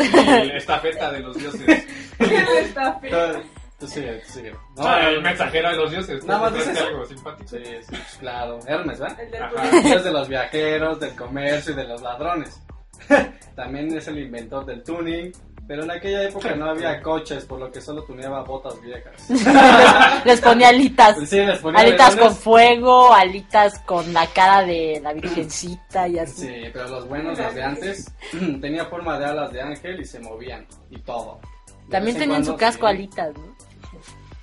Speaker 3: el estafeta de los dioses.
Speaker 2: Está feo.
Speaker 1: Tú- Tú sigue, tú sigue. No,
Speaker 3: Ah, el mensajero de los dioses.
Speaker 1: Nada más
Speaker 3: ¿Te parece
Speaker 1: dices-
Speaker 3: algo simpático.
Speaker 1: Sí, sí, claro. Hermes, ¿verdad?
Speaker 2: El del
Speaker 3: Ajá.
Speaker 2: pulgar.
Speaker 1: Es de los viajeros, del comercio y de los ladrones. También es el inventor del tuning, pero en aquella época no había coches, por lo que solo tuneaba botas viejas.
Speaker 4: Les ponía alitas.
Speaker 1: Sí, les ponía
Speaker 4: Alitas con
Speaker 1: velones.
Speaker 4: fuego, alitas con la cara de la virgencita y así.
Speaker 1: Sí, pero los buenos, los de antes, tenía forma de alas de ángel y se movían y todo. De
Speaker 4: También
Speaker 1: vez en
Speaker 4: tenía en su
Speaker 1: cuando,
Speaker 4: casco
Speaker 1: sí,
Speaker 4: alitas, ¿no?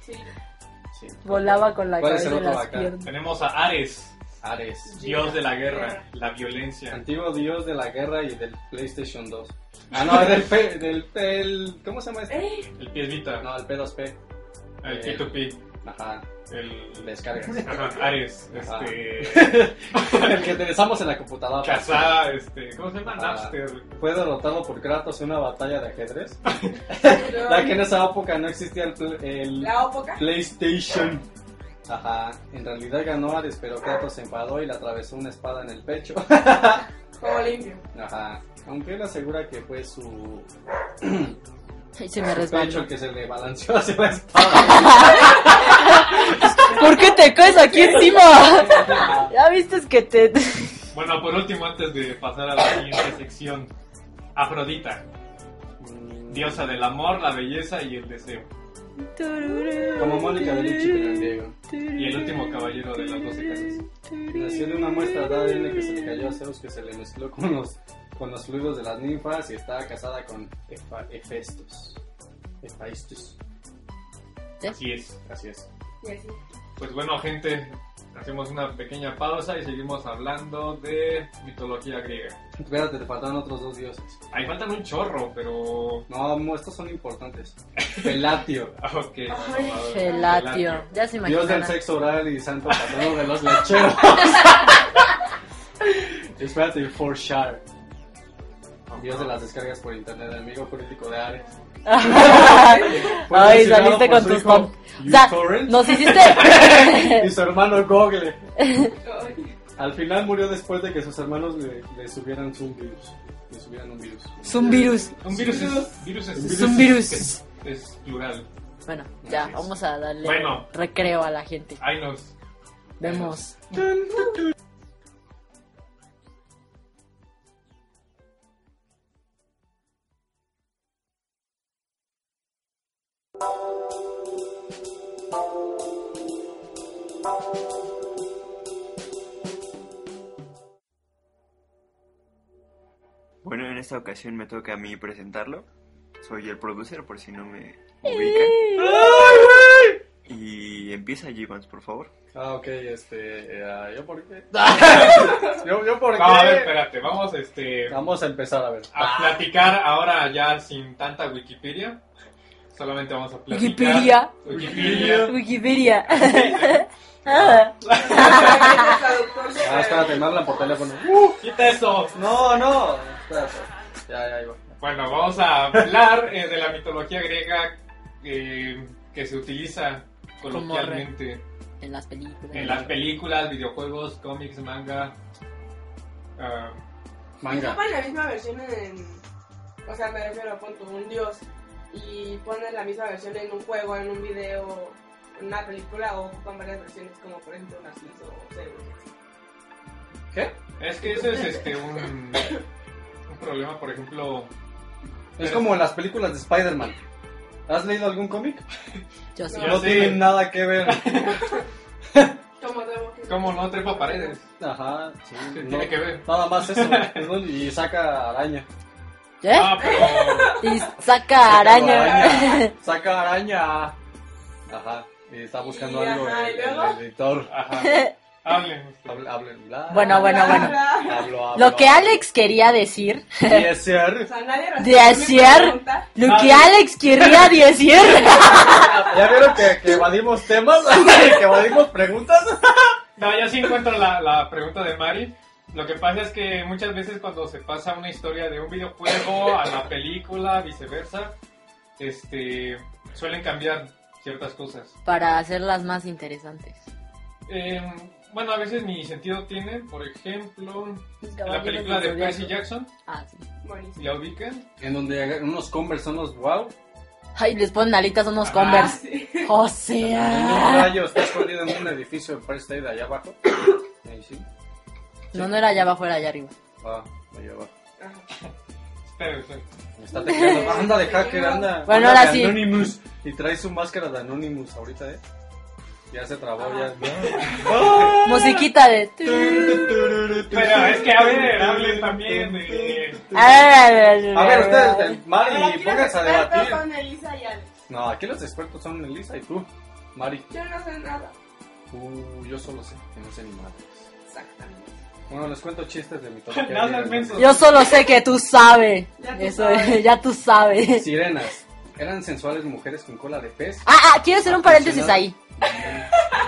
Speaker 2: Sí.
Speaker 1: sí.
Speaker 4: Volaba con la
Speaker 1: ¿Cuál es
Speaker 4: cabeza
Speaker 1: el
Speaker 4: de
Speaker 1: otro
Speaker 4: las
Speaker 1: acá?
Speaker 4: piernas.
Speaker 3: Tenemos a Ares,
Speaker 1: Ares,
Speaker 3: dios de la guerra, la violencia.
Speaker 1: antiguo dios de la guerra y del PlayStation 2. Ah, no, del P, del P, el- ¿cómo se llama este?
Speaker 2: Eh,
Speaker 3: El piedvita,
Speaker 1: No, eh, el P2P.
Speaker 3: el P2P,
Speaker 1: Ajá,
Speaker 3: el...
Speaker 1: descargas.
Speaker 3: Ajá, Ares,
Speaker 1: Ajá.
Speaker 3: este...
Speaker 1: el que utilizamos en la computadora.
Speaker 3: Casada, este... ¿Cómo se llama?
Speaker 1: Ajá.
Speaker 3: Napster.
Speaker 1: Fue derrotado por Kratos en una batalla de ajedrez.
Speaker 2: pero-
Speaker 1: Ya que en esa época no existía el, pl- el
Speaker 2: La ópoca.
Speaker 1: PlayStation. Ajá, en realidad ganó Ares, pero Kratos se enfadó y le atravesó una espada en el pecho.
Speaker 2: Como limpio.
Speaker 1: Ajá, aunque él asegura que fue su
Speaker 4: Ay, se me
Speaker 1: pecho
Speaker 4: resbaló.
Speaker 1: el que se le balanceó hacia la espada.
Speaker 4: ¿Por qué te caes aquí encima? ya viste que te...
Speaker 3: Bueno, por último, antes de pasar a la siguiente sección, Afrodita,
Speaker 1: Mm,
Speaker 3: diosa del amor, la belleza y el deseo.
Speaker 1: Como Mónica Bellucci, pero en griego.
Speaker 3: Y el último caballero de las doce casas.
Speaker 1: Nació de una muestra de ADN que se le cayó a Zeus, que se le mezcló con los, con los fluidos de las ninfas y estaba casada con Hefa- Hefestos. Hefaistos,
Speaker 3: Así es.
Speaker 1: así es.
Speaker 2: Y así.
Speaker 3: Pues bueno, gente, hacemos una pequeña pausa y seguimos hablando de mitología griega.
Speaker 1: Espérate, te faltan otros dos dioses.
Speaker 3: Ahí faltan un chorro, pero...
Speaker 1: No, mo- estos son importantes. Pelatio,
Speaker 3: Ah, Ok.
Speaker 2: Ay,
Speaker 4: Gelatio. Ya se
Speaker 1: dios del
Speaker 4: imaginan.
Speaker 1: sexo oral y santo patrono de los lecheros. Espérate, Forshar, dios de las descargas por internet, amigo jurídico de Ares. Fue
Speaker 4: Ay,
Speaker 1: mencionado
Speaker 4: saliste
Speaker 1: por
Speaker 4: con
Speaker 1: su
Speaker 4: tus
Speaker 1: hijo,
Speaker 4: pom- O sea,
Speaker 1: uTorrent,
Speaker 4: nos hiciste...
Speaker 1: y su hermano Google.
Speaker 2: Ay.
Speaker 1: Al final murió después de que sus hermanos le, le subieran un virus. Le subieran un virus.
Speaker 4: es un virus.
Speaker 3: Un virus es... Virus es,
Speaker 4: Es un virus.
Speaker 3: es plural.
Speaker 4: Bueno, ya, vamos a darle
Speaker 3: Bueno.
Speaker 4: recreo a la gente.
Speaker 3: Ay, nos...
Speaker 4: Vemos.
Speaker 6: Bueno, en esta ocasión me toca a mí presentarlo. Soy el producer, por si no me
Speaker 4: Eh.
Speaker 6: ubican. Y empieza Givans, por favor.
Speaker 1: Ah, ok, este. eh, ah, ¿Yo por qué? ¿Yo, yo por qué?
Speaker 3: No, a ver, espérate, vamos este...
Speaker 1: Vamos a empezar a ver.
Speaker 4: Ah,
Speaker 3: a platicar ahora ya sin tanta Wikipedia. Solamente vamos a platicar.
Speaker 4: Wikipedia.
Speaker 3: Wikipedia.
Speaker 4: Wikipedia. Ah.
Speaker 2: El traductor se
Speaker 1: Ah, espérate, me hablan por teléfono.
Speaker 3: Quita eso.
Speaker 1: No, no. Espérate. Ya, ya, iba.
Speaker 3: Bueno, vamos a hablar eh, de la mitología griega eh, que se utiliza coloquialmente
Speaker 4: En las películas.
Speaker 3: en las películas, videojuegos, cómics, manga. ah,
Speaker 1: Manga.
Speaker 2: Ponen la misma versión en. O sea, me refiero, pon tú, un dios. Y ponen la misma versión en un juego, en un video, en una película, o con varias versiones, como por ejemplo Narciso o Zeus.
Speaker 3: es que eso es este un, un problema, por ejemplo.
Speaker 1: Es como en las películas de Spider-Man. ¿Has leído algún cómic?
Speaker 4: Yo sí.
Speaker 3: Ya
Speaker 1: No
Speaker 3: sé.
Speaker 1: tienen nada que ver.
Speaker 2: Como debo que.
Speaker 3: ¿Cómo no trepa paredes?
Speaker 1: Ajá, sí.
Speaker 3: ¿Qué
Speaker 1: no.
Speaker 3: tiene que ver?
Speaker 1: Nada más eso. ¿no? Y saca araña.
Speaker 4: ¿Eh?
Speaker 3: Ah, pero
Speaker 4: Y saca araña.
Speaker 1: Saca araña. Ajá. Y está buscando
Speaker 2: Y,
Speaker 1: algo
Speaker 2: ajá, ¿y
Speaker 1: el, el
Speaker 2: luego?
Speaker 1: editor.
Speaker 3: Ajá. Hablen. ustedes.
Speaker 1: Hable, hable, bla.
Speaker 4: Bueno, bueno,
Speaker 2: Ah,
Speaker 4: bueno.
Speaker 1: Hablo, hablo.
Speaker 4: Lo que Alex quería decir.
Speaker 2: O
Speaker 1: Yeser.
Speaker 2: sea, nadie
Speaker 4: De hacer. Lo que Alex quería decir.
Speaker 1: ¿Ya vieron que, que evadimos temas? ¿Que evadimos preguntas?
Speaker 3: No, ya sí encuentro la, la pregunta de Mari. Lo que pasa es que muchas veces cuando se pasa una historia de un videojuego a la película, viceversa, este, suelen cambiar ciertas cosas.
Speaker 4: Para hacerlas más interesantes.
Speaker 3: Eh, bueno, a veces ni sentido tiene, por ejemplo,
Speaker 4: Los
Speaker 3: la
Speaker 4: caballeros
Speaker 3: película de
Speaker 4: del
Speaker 3: Percy
Speaker 4: Zodiaco.
Speaker 3: Jackson,
Speaker 4: Ah, sí.
Speaker 2: Buenísimo.
Speaker 3: ¿la ubican?
Speaker 1: En donde hagan unos Converse son los wow.
Speaker 4: Ay, les ponen alitas a unos
Speaker 2: Ah,
Speaker 3: Ah,
Speaker 4: Converse.
Speaker 2: sí.
Speaker 4: O
Speaker 1: Un
Speaker 4: sea.
Speaker 1: rayo está escondido en un edificio de Empire State allá abajo. Ahí sí.
Speaker 4: No, no era allá abajo, era allá arriba.
Speaker 1: Ah, allá abajo.
Speaker 2: Ajá.
Speaker 3: Espera, espera.
Speaker 1: Me está tecleando. Anda de hacker, anda.
Speaker 4: Bueno,
Speaker 1: anda
Speaker 4: ahora
Speaker 1: de
Speaker 4: sí.
Speaker 1: Anonymous. Y trae su máscara de Anonymous ahorita, ¿eh? Ya se trabó,
Speaker 2: Ah.
Speaker 1: ya.
Speaker 4: Musiquita de.
Speaker 3: Pero es que a ver, hablen también de...
Speaker 1: A
Speaker 4: A
Speaker 1: ver, ustedes, eh,
Speaker 2: Ahora
Speaker 1: Mari,
Speaker 2: aquí los
Speaker 1: pónganse a
Speaker 2: expertos
Speaker 1: debatir.
Speaker 2: son Elisa y Alex.
Speaker 1: No, aquí los expertos son Elisa y tú. Mari.
Speaker 2: Yo no sé nada.
Speaker 1: Uh, yo solo sé que no sé ni madres.
Speaker 2: Exactamente.
Speaker 1: Bueno, les cuento chistes de mitología.
Speaker 3: No
Speaker 1: griega.
Speaker 3: seas menso.
Speaker 4: Yo solo sé que tú sabes.
Speaker 2: Ya tú
Speaker 4: Eso
Speaker 2: sabes.
Speaker 4: es, ya tú sabes.
Speaker 1: Sirenas. Eran sensuales mujeres con cola de pez.
Speaker 4: Ah, ah, quiero hacer un paréntesis ahí.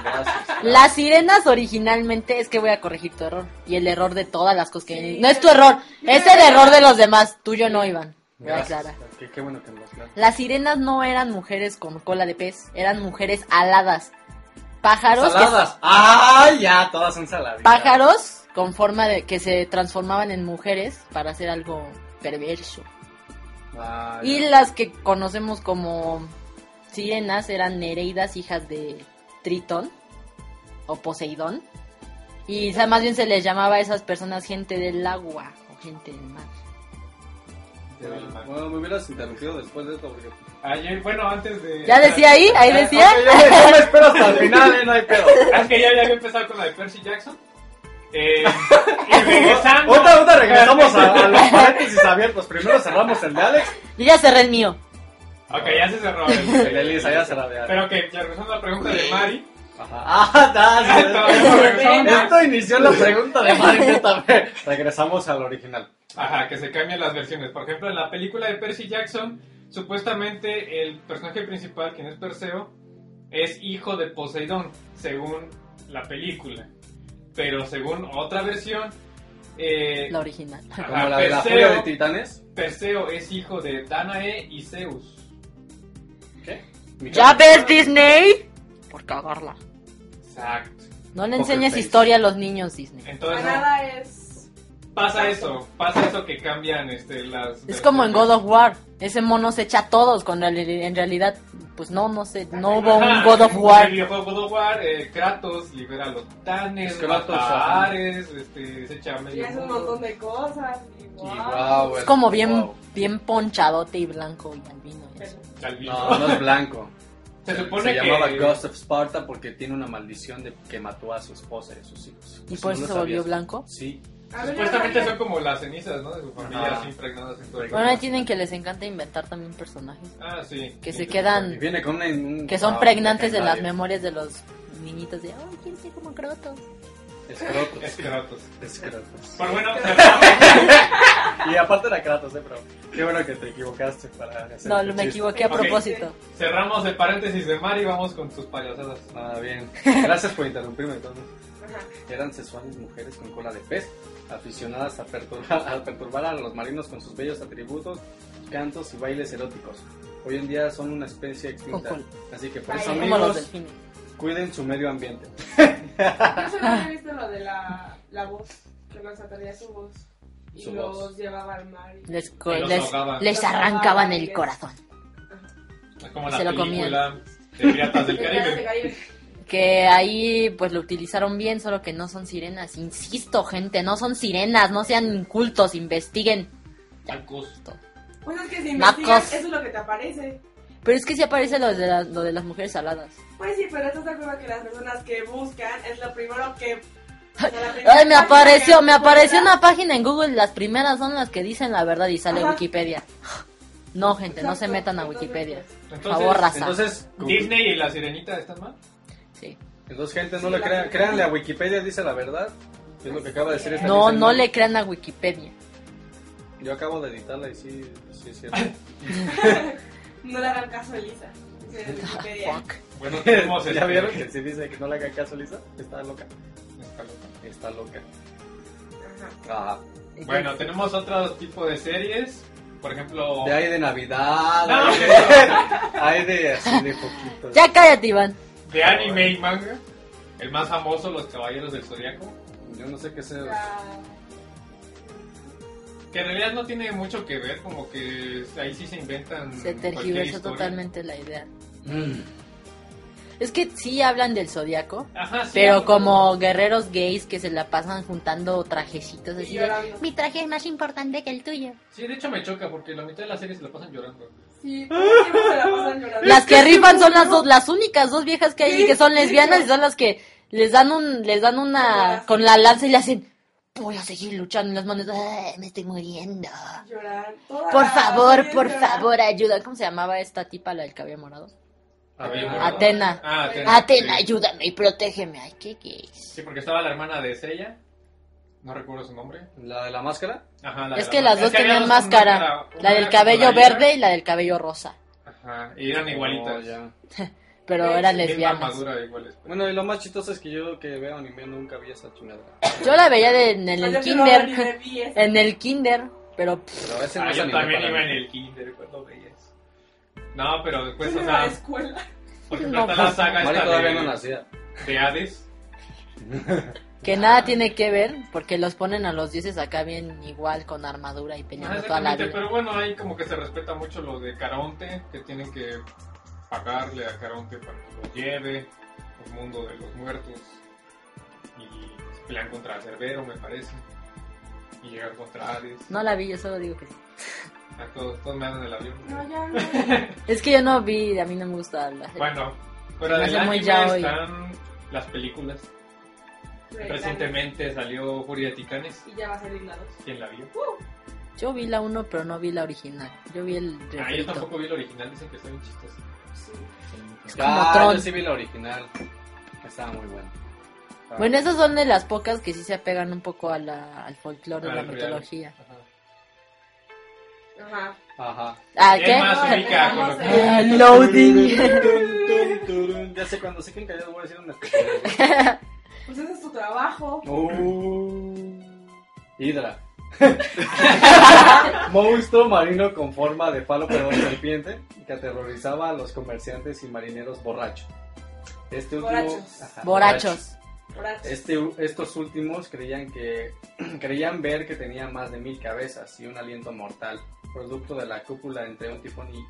Speaker 1: Gracias.
Speaker 4: Las sirenas originalmente es que voy a corregir tu error. Y el error de todas las cosas que vienen. No es tu error, es el error de los demás. Tuyo no, Iván. Voy a
Speaker 1: Gracias.
Speaker 4: aclarar.
Speaker 1: Qué, qué bueno que nos aclaras.
Speaker 4: Las sirenas no eran mujeres con cola de pez, eran mujeres aladas. Pájaros, que,
Speaker 1: Saladas. ¡Ah! Ya, todas son saladas.
Speaker 4: pájaros con forma de que se transformaban en mujeres para hacer algo perverso.
Speaker 1: Ah,
Speaker 4: Y
Speaker 1: ya.
Speaker 4: las que conocemos como sirenas eran Nereidas, hijas de Tritón o Poseidón. Y o sea, más bien se les llamaba a esas personas gente del agua o gente del mar.
Speaker 1: Bueno, me hubieras interrumpido después de esto. Porque... Eh,
Speaker 3: Ayer, bueno, antes de... Ah,
Speaker 4: ¿Ya decía ahí? ¿Ahí decía?
Speaker 1: Ok, yo, me, yo me espero hasta el final, ¿eh? No hay pedo.
Speaker 3: Es que ya, ya había empezado con la de Percy Jackson. Eh, y regresando...
Speaker 1: Otra, otra, regresamos a, a los paréntesis abiertos. Primero cerramos el de Alex.
Speaker 4: Yo ya cerré el mío.
Speaker 3: Ok, ya se cerró el...
Speaker 1: El de Elisa, ya se la de Alex.
Speaker 3: Pero que, ya regresando a la pregunta de Mari...
Speaker 1: Ajá. Ah, da,
Speaker 3: Regresamos.
Speaker 1: Esto inició la pregunta de Mario también. Regresamos al original.
Speaker 3: Ajá, que se cambian las versiones. Por ejemplo, en la película de Percy Jackson, supuestamente el personaje principal, quien es Perseo, es hijo de Poseidón, según la película. Pero según otra versión, eh,
Speaker 4: La original.
Speaker 3: ajá,
Speaker 1: Como la de la furia de
Speaker 3: Perseo,
Speaker 1: titanes.
Speaker 3: Perseo es hijo de Danae y Zeus.
Speaker 1: ¿Qué? Mi
Speaker 4: ¿Ya
Speaker 1: cara.
Speaker 4: ves Disney? Por cagarla.
Speaker 3: Exacto.
Speaker 4: No le
Speaker 1: Poker
Speaker 4: enseñes
Speaker 1: face.
Speaker 4: historia a los niños Disney.
Speaker 3: Entonces
Speaker 2: nada es.
Speaker 3: pasa eso, pasa eso que cambian este, las...
Speaker 4: Es como en God of War. Ese mono se echa a todos cuando en reali- en realidad, pues no, no sé, no hubo un
Speaker 3: Ajá,
Speaker 4: God of
Speaker 3: El
Speaker 4: War.
Speaker 3: videojuego God of War, eh, Kratos libera a los Tanes,
Speaker 1: Kratos,
Speaker 3: Kratos,
Speaker 1: ajá.
Speaker 3: a Ares, este, se echa a
Speaker 2: Y
Speaker 3: medio
Speaker 2: hace un
Speaker 3: mundo.
Speaker 2: montón de cosas. Y
Speaker 1: Y
Speaker 2: wow.
Speaker 1: guau,
Speaker 4: Es como bien,
Speaker 1: guau.
Speaker 4: bien ponchadote y blanco y albino. y eso.
Speaker 3: Tal vez.
Speaker 1: No, no es blanco.
Speaker 3: Se supone
Speaker 1: se
Speaker 3: que...
Speaker 1: llamaba Ghost of Sparta porque tiene una maldición de que mató a su esposa y a sus hijos.
Speaker 4: ¿Y
Speaker 1: Si
Speaker 4: por
Speaker 1: no
Speaker 4: eso
Speaker 1: lo
Speaker 4: se volvió
Speaker 1: sabías.
Speaker 4: blanco?
Speaker 1: Sí.
Speaker 2: A ver,
Speaker 3: Supuestamente
Speaker 2: yo
Speaker 3: son como las cenizas, ¿no? De su familia,
Speaker 1: Ajá.
Speaker 3: así impregnadas en todo el
Speaker 4: Bueno, ahí tienen que les encanta inventar también personajes
Speaker 3: Ah, sí.
Speaker 4: que se
Speaker 1: Y
Speaker 4: quedan,
Speaker 1: viene con una- un-
Speaker 4: que son
Speaker 1: ah,
Speaker 4: pregnantes de las
Speaker 1: legendario.
Speaker 4: memorias de los niñitos de, ay, quiero ser como Croto.
Speaker 3: Es
Speaker 1: Escrotos.
Speaker 3: Kratos.
Speaker 1: Escrotos.
Speaker 3: Pero bueno, cerramos.
Speaker 1: Y aparte era Kratos, ¿eh? Pero qué bueno que te equivocaste para hacer
Speaker 4: No,
Speaker 1: tu
Speaker 4: me
Speaker 1: chiste.
Speaker 4: equivoqué a
Speaker 3: Ok.
Speaker 4: propósito.
Speaker 3: cerramos el paréntesis de Mari y vamos con tus payasadas.
Speaker 1: Ah, bien. Gracias por interrumpirme entonces.
Speaker 2: Ajá.
Speaker 1: Eran sexuales mujeres con cola de pez, aficionadas a perturbar, a perturbar a los marinos con sus bellos atributos, cantos y bailes eróticos. Hoy en día son una especie extinta.
Speaker 4: Con cola.
Speaker 1: Así que por eso,
Speaker 2: Como
Speaker 4: Como los
Speaker 1: amigos,
Speaker 4: delfines.
Speaker 1: cuiden su medio ambiente.
Speaker 2: Yo solo he visto lo de la, la voz, que nos atraía su voz y
Speaker 1: Su
Speaker 2: los
Speaker 1: voz.
Speaker 2: llevaba al mar. Y...
Speaker 4: Les, co-
Speaker 3: Y los
Speaker 4: les,
Speaker 3: ahogaban.
Speaker 4: les arrancaban el corazón.
Speaker 3: Es como
Speaker 4: Y
Speaker 3: la
Speaker 4: se lo
Speaker 3: película de Piratas del
Speaker 2: Piratas del
Speaker 3: Caribe.
Speaker 2: Caribe.
Speaker 4: Que ahí pues lo utilizaron bien, solo que no son sirenas. Insisto, gente, no son sirenas, no sean incultos, investiguen.
Speaker 3: Tacos.
Speaker 2: Pues es que si investigas,
Speaker 4: Nacos.
Speaker 2: eso es lo que te aparece.
Speaker 4: Pero es que sí aparece lo de, las- lo de las mujeres aladas.
Speaker 2: Pues sí, pero estás de acuerdo que las personas que buscan es lo primero que. o sea, la Pues primera
Speaker 4: Ay, me
Speaker 2: página
Speaker 4: apareció,
Speaker 2: que
Speaker 4: me apareció
Speaker 2: encuentras.
Speaker 4: una página en Google, las primeras son las que dicen la verdad y sale
Speaker 2: Ajá.
Speaker 4: Wikipedia. No, gente, no se
Speaker 2: Exacto,
Speaker 4: metan a
Speaker 2: entonces,
Speaker 4: Wikipedia.
Speaker 2: pues,
Speaker 4: Por favor, raza.
Speaker 1: Entonces, cu-
Speaker 3: Disney y la sirenita están mal.
Speaker 4: Sí.
Speaker 1: entonces gente, no
Speaker 2: Sí,
Speaker 1: le
Speaker 2: la
Speaker 1: crean.
Speaker 2: gente-
Speaker 1: Créanle a Wikipedia, dice la verdad. que Es lo que acaba de decir esta
Speaker 4: No,
Speaker 1: Lisa
Speaker 4: no
Speaker 1: Iván.
Speaker 4: le crean a Wikipedia.
Speaker 1: Yo acabo de editarla y sí, sí es cierto.
Speaker 2: No le hagan caso a Elisa. Dice en Wikipedia.
Speaker 4: Fuck.
Speaker 3: Bueno, tenemos
Speaker 1: ¿Ya
Speaker 3: este-
Speaker 1: vieron que si dice que no le hagan caso, Lisa? Está loca.
Speaker 3: Está loca.
Speaker 1: Está loca.
Speaker 2: Ajá.
Speaker 1: Ah,
Speaker 3: Bueno, tenemos otro tipo de series. Por ejemplo. Ah,
Speaker 1: de ahí de Navidad,
Speaker 3: No,
Speaker 1: hay, de, hay de así de poquito.
Speaker 4: Ya cállate, Iván.
Speaker 3: de anime y manga. El más famoso, Los Caballeros del Zodiaco.
Speaker 1: Yo no sé qué sea.
Speaker 2: Ah,
Speaker 3: Que en realidad no tiene mucho que ver, como que ahí sí se inventan.
Speaker 4: Se
Speaker 3: Mm, cualquier
Speaker 4: tergiversó
Speaker 3: historia.
Speaker 4: totalmente la idea.
Speaker 1: Mm.
Speaker 4: Es que sí hablan del zodiaco,
Speaker 3: Ajá, sí.
Speaker 4: pero como guerreros gays que se la pasan juntando trajecitos
Speaker 2: y
Speaker 4: así. de,
Speaker 2: llorando.
Speaker 4: Mi traje es más importante que el tuyo.
Speaker 3: Sí, de hecho me choca porque la mitad de la serie se la pasan llorando.
Speaker 2: Sí, pues, todo el tiempo se la pasan llorando.
Speaker 4: Las que rifan son las dos, las únicas dos viejas que hay que son lesbianas y son las que les dan un, les dan una con la lanza y le hacen voy a seguir luchando en las manos, "Ay, me estoy muriendo.
Speaker 2: Llorar. toda
Speaker 4: Por
Speaker 2: la
Speaker 4: favor,
Speaker 2: serie
Speaker 4: por
Speaker 2: llorar.
Speaker 4: favor, ayuda. ¿Cómo se llamaba esta tipa la del cabello morado?
Speaker 1: A ver,
Speaker 3: Atena.
Speaker 1: ¿verdad?
Speaker 4: Atena.
Speaker 3: Ah, Atena.
Speaker 4: Atena,
Speaker 3: sí.
Speaker 4: ayúdame y protégeme. Ay, qué gays.
Speaker 3: Sí, porque estaba la hermana de Sella. No recuerdo su nombre.
Speaker 1: ¿La de la máscara?
Speaker 3: Ajá, la
Speaker 4: Es
Speaker 3: de
Speaker 4: que
Speaker 3: la-
Speaker 4: las dos
Speaker 3: había
Speaker 4: tenían
Speaker 3: con
Speaker 4: máscara.
Speaker 3: máscara. Una
Speaker 4: La del
Speaker 3: era
Speaker 4: cabello
Speaker 3: coloradita.
Speaker 4: verde y la del cabello rosa.
Speaker 3: Ajá, y eran igualitas.
Speaker 1: Oh, ya.
Speaker 4: Pero eran
Speaker 3: Misma
Speaker 4: lesbianas.
Speaker 3: armadura de iguales.
Speaker 1: Bueno, y lo más chistoso es que yo que veo anime nunca vi esa chingada.
Speaker 4: Yo la veía de- en el,
Speaker 2: Pues Yo sí lo vi, me
Speaker 4: kinder.
Speaker 2: vi, es-
Speaker 4: En el kinder. Pero pff,
Speaker 1: Pero ese no
Speaker 3: Ah,
Speaker 1: es
Speaker 3: yo
Speaker 1: anime
Speaker 3: también
Speaker 1: para
Speaker 3: iba
Speaker 1: mí.
Speaker 3: en el kinder cuando veías. No, pero después, Pues, o
Speaker 2: en la
Speaker 3: sea,
Speaker 2: escuela.
Speaker 3: por ejemplo,
Speaker 4: No,
Speaker 3: está la
Speaker 4: pues,
Speaker 3: saga
Speaker 1: Mari
Speaker 3: esta
Speaker 1: todavía
Speaker 3: de,
Speaker 1: no nacía.
Speaker 3: de Hades.
Speaker 4: que nada tiene que ver. Porque los ponen a los dioses acá bien igual con armadura y
Speaker 3: Ah,
Speaker 4: peleando toda la
Speaker 3: exactamente,
Speaker 4: vida.
Speaker 3: pero bueno, ahí como que se respeta mucho lo de Caronte, que tienen que pagarle a Caronte para que lo lleve al mundo de los muertos. Y se pelean contra Cerbero, me parece. Y llegan contra Hades.
Speaker 4: No la vi, yo solo digo que sí.
Speaker 3: A todos, todos me andan el avión.
Speaker 2: No, ya no.
Speaker 4: Es que yo no vi, a mí no me gusta la
Speaker 3: Bueno, fuera
Speaker 4: Me
Speaker 3: del
Speaker 4: hace muy
Speaker 3: anime
Speaker 4: yaoi.
Speaker 3: están las películas. Recientemente salió Furia de Titanes.
Speaker 2: Y ya va a salir la dos.
Speaker 3: ¿Quién la vio?
Speaker 4: Yo vi la uno, pero no vi la original. Yo vi el
Speaker 3: Ah, yo
Speaker 4: refrito.
Speaker 3: tampoco vi el original, dicen que está bien chistoso.
Speaker 2: Sí.
Speaker 4: como
Speaker 1: ah,
Speaker 4: Tron.
Speaker 1: yo sí vi la original. Estaba muy buena. Estaba
Speaker 4: Bueno, esas son de las pocas que sí se apegan un poco a la, al folclore, a
Speaker 3: Ah,
Speaker 4: la
Speaker 3: el real.
Speaker 4: mitología.
Speaker 2: Ajá.
Speaker 3: Ajá.
Speaker 1: Ajá.
Speaker 4: Ah,
Speaker 3: Es
Speaker 4: ¿qué?
Speaker 3: más,
Speaker 2: No,
Speaker 3: ubica
Speaker 2: empezamos
Speaker 3: con-
Speaker 2: en-
Speaker 4: Ah, loading.
Speaker 1: Ya sé, cuando se queden callados voy a decir una estupidez.
Speaker 2: Pues ese es tu trabajo.
Speaker 1: Uh, Hidra. Monstruo marino con forma de falo pero de serpiente que aterrorizaba a los comerciantes y marineros borrachos. Este último,
Speaker 2: Borrachos.
Speaker 1: Ajá,
Speaker 4: Borrachos.
Speaker 2: Ahora sí.
Speaker 1: Este, estos últimos creían que creían ver que tenía más de mil cabezas y un aliento mortal, producto de la cúpula entre un tifón y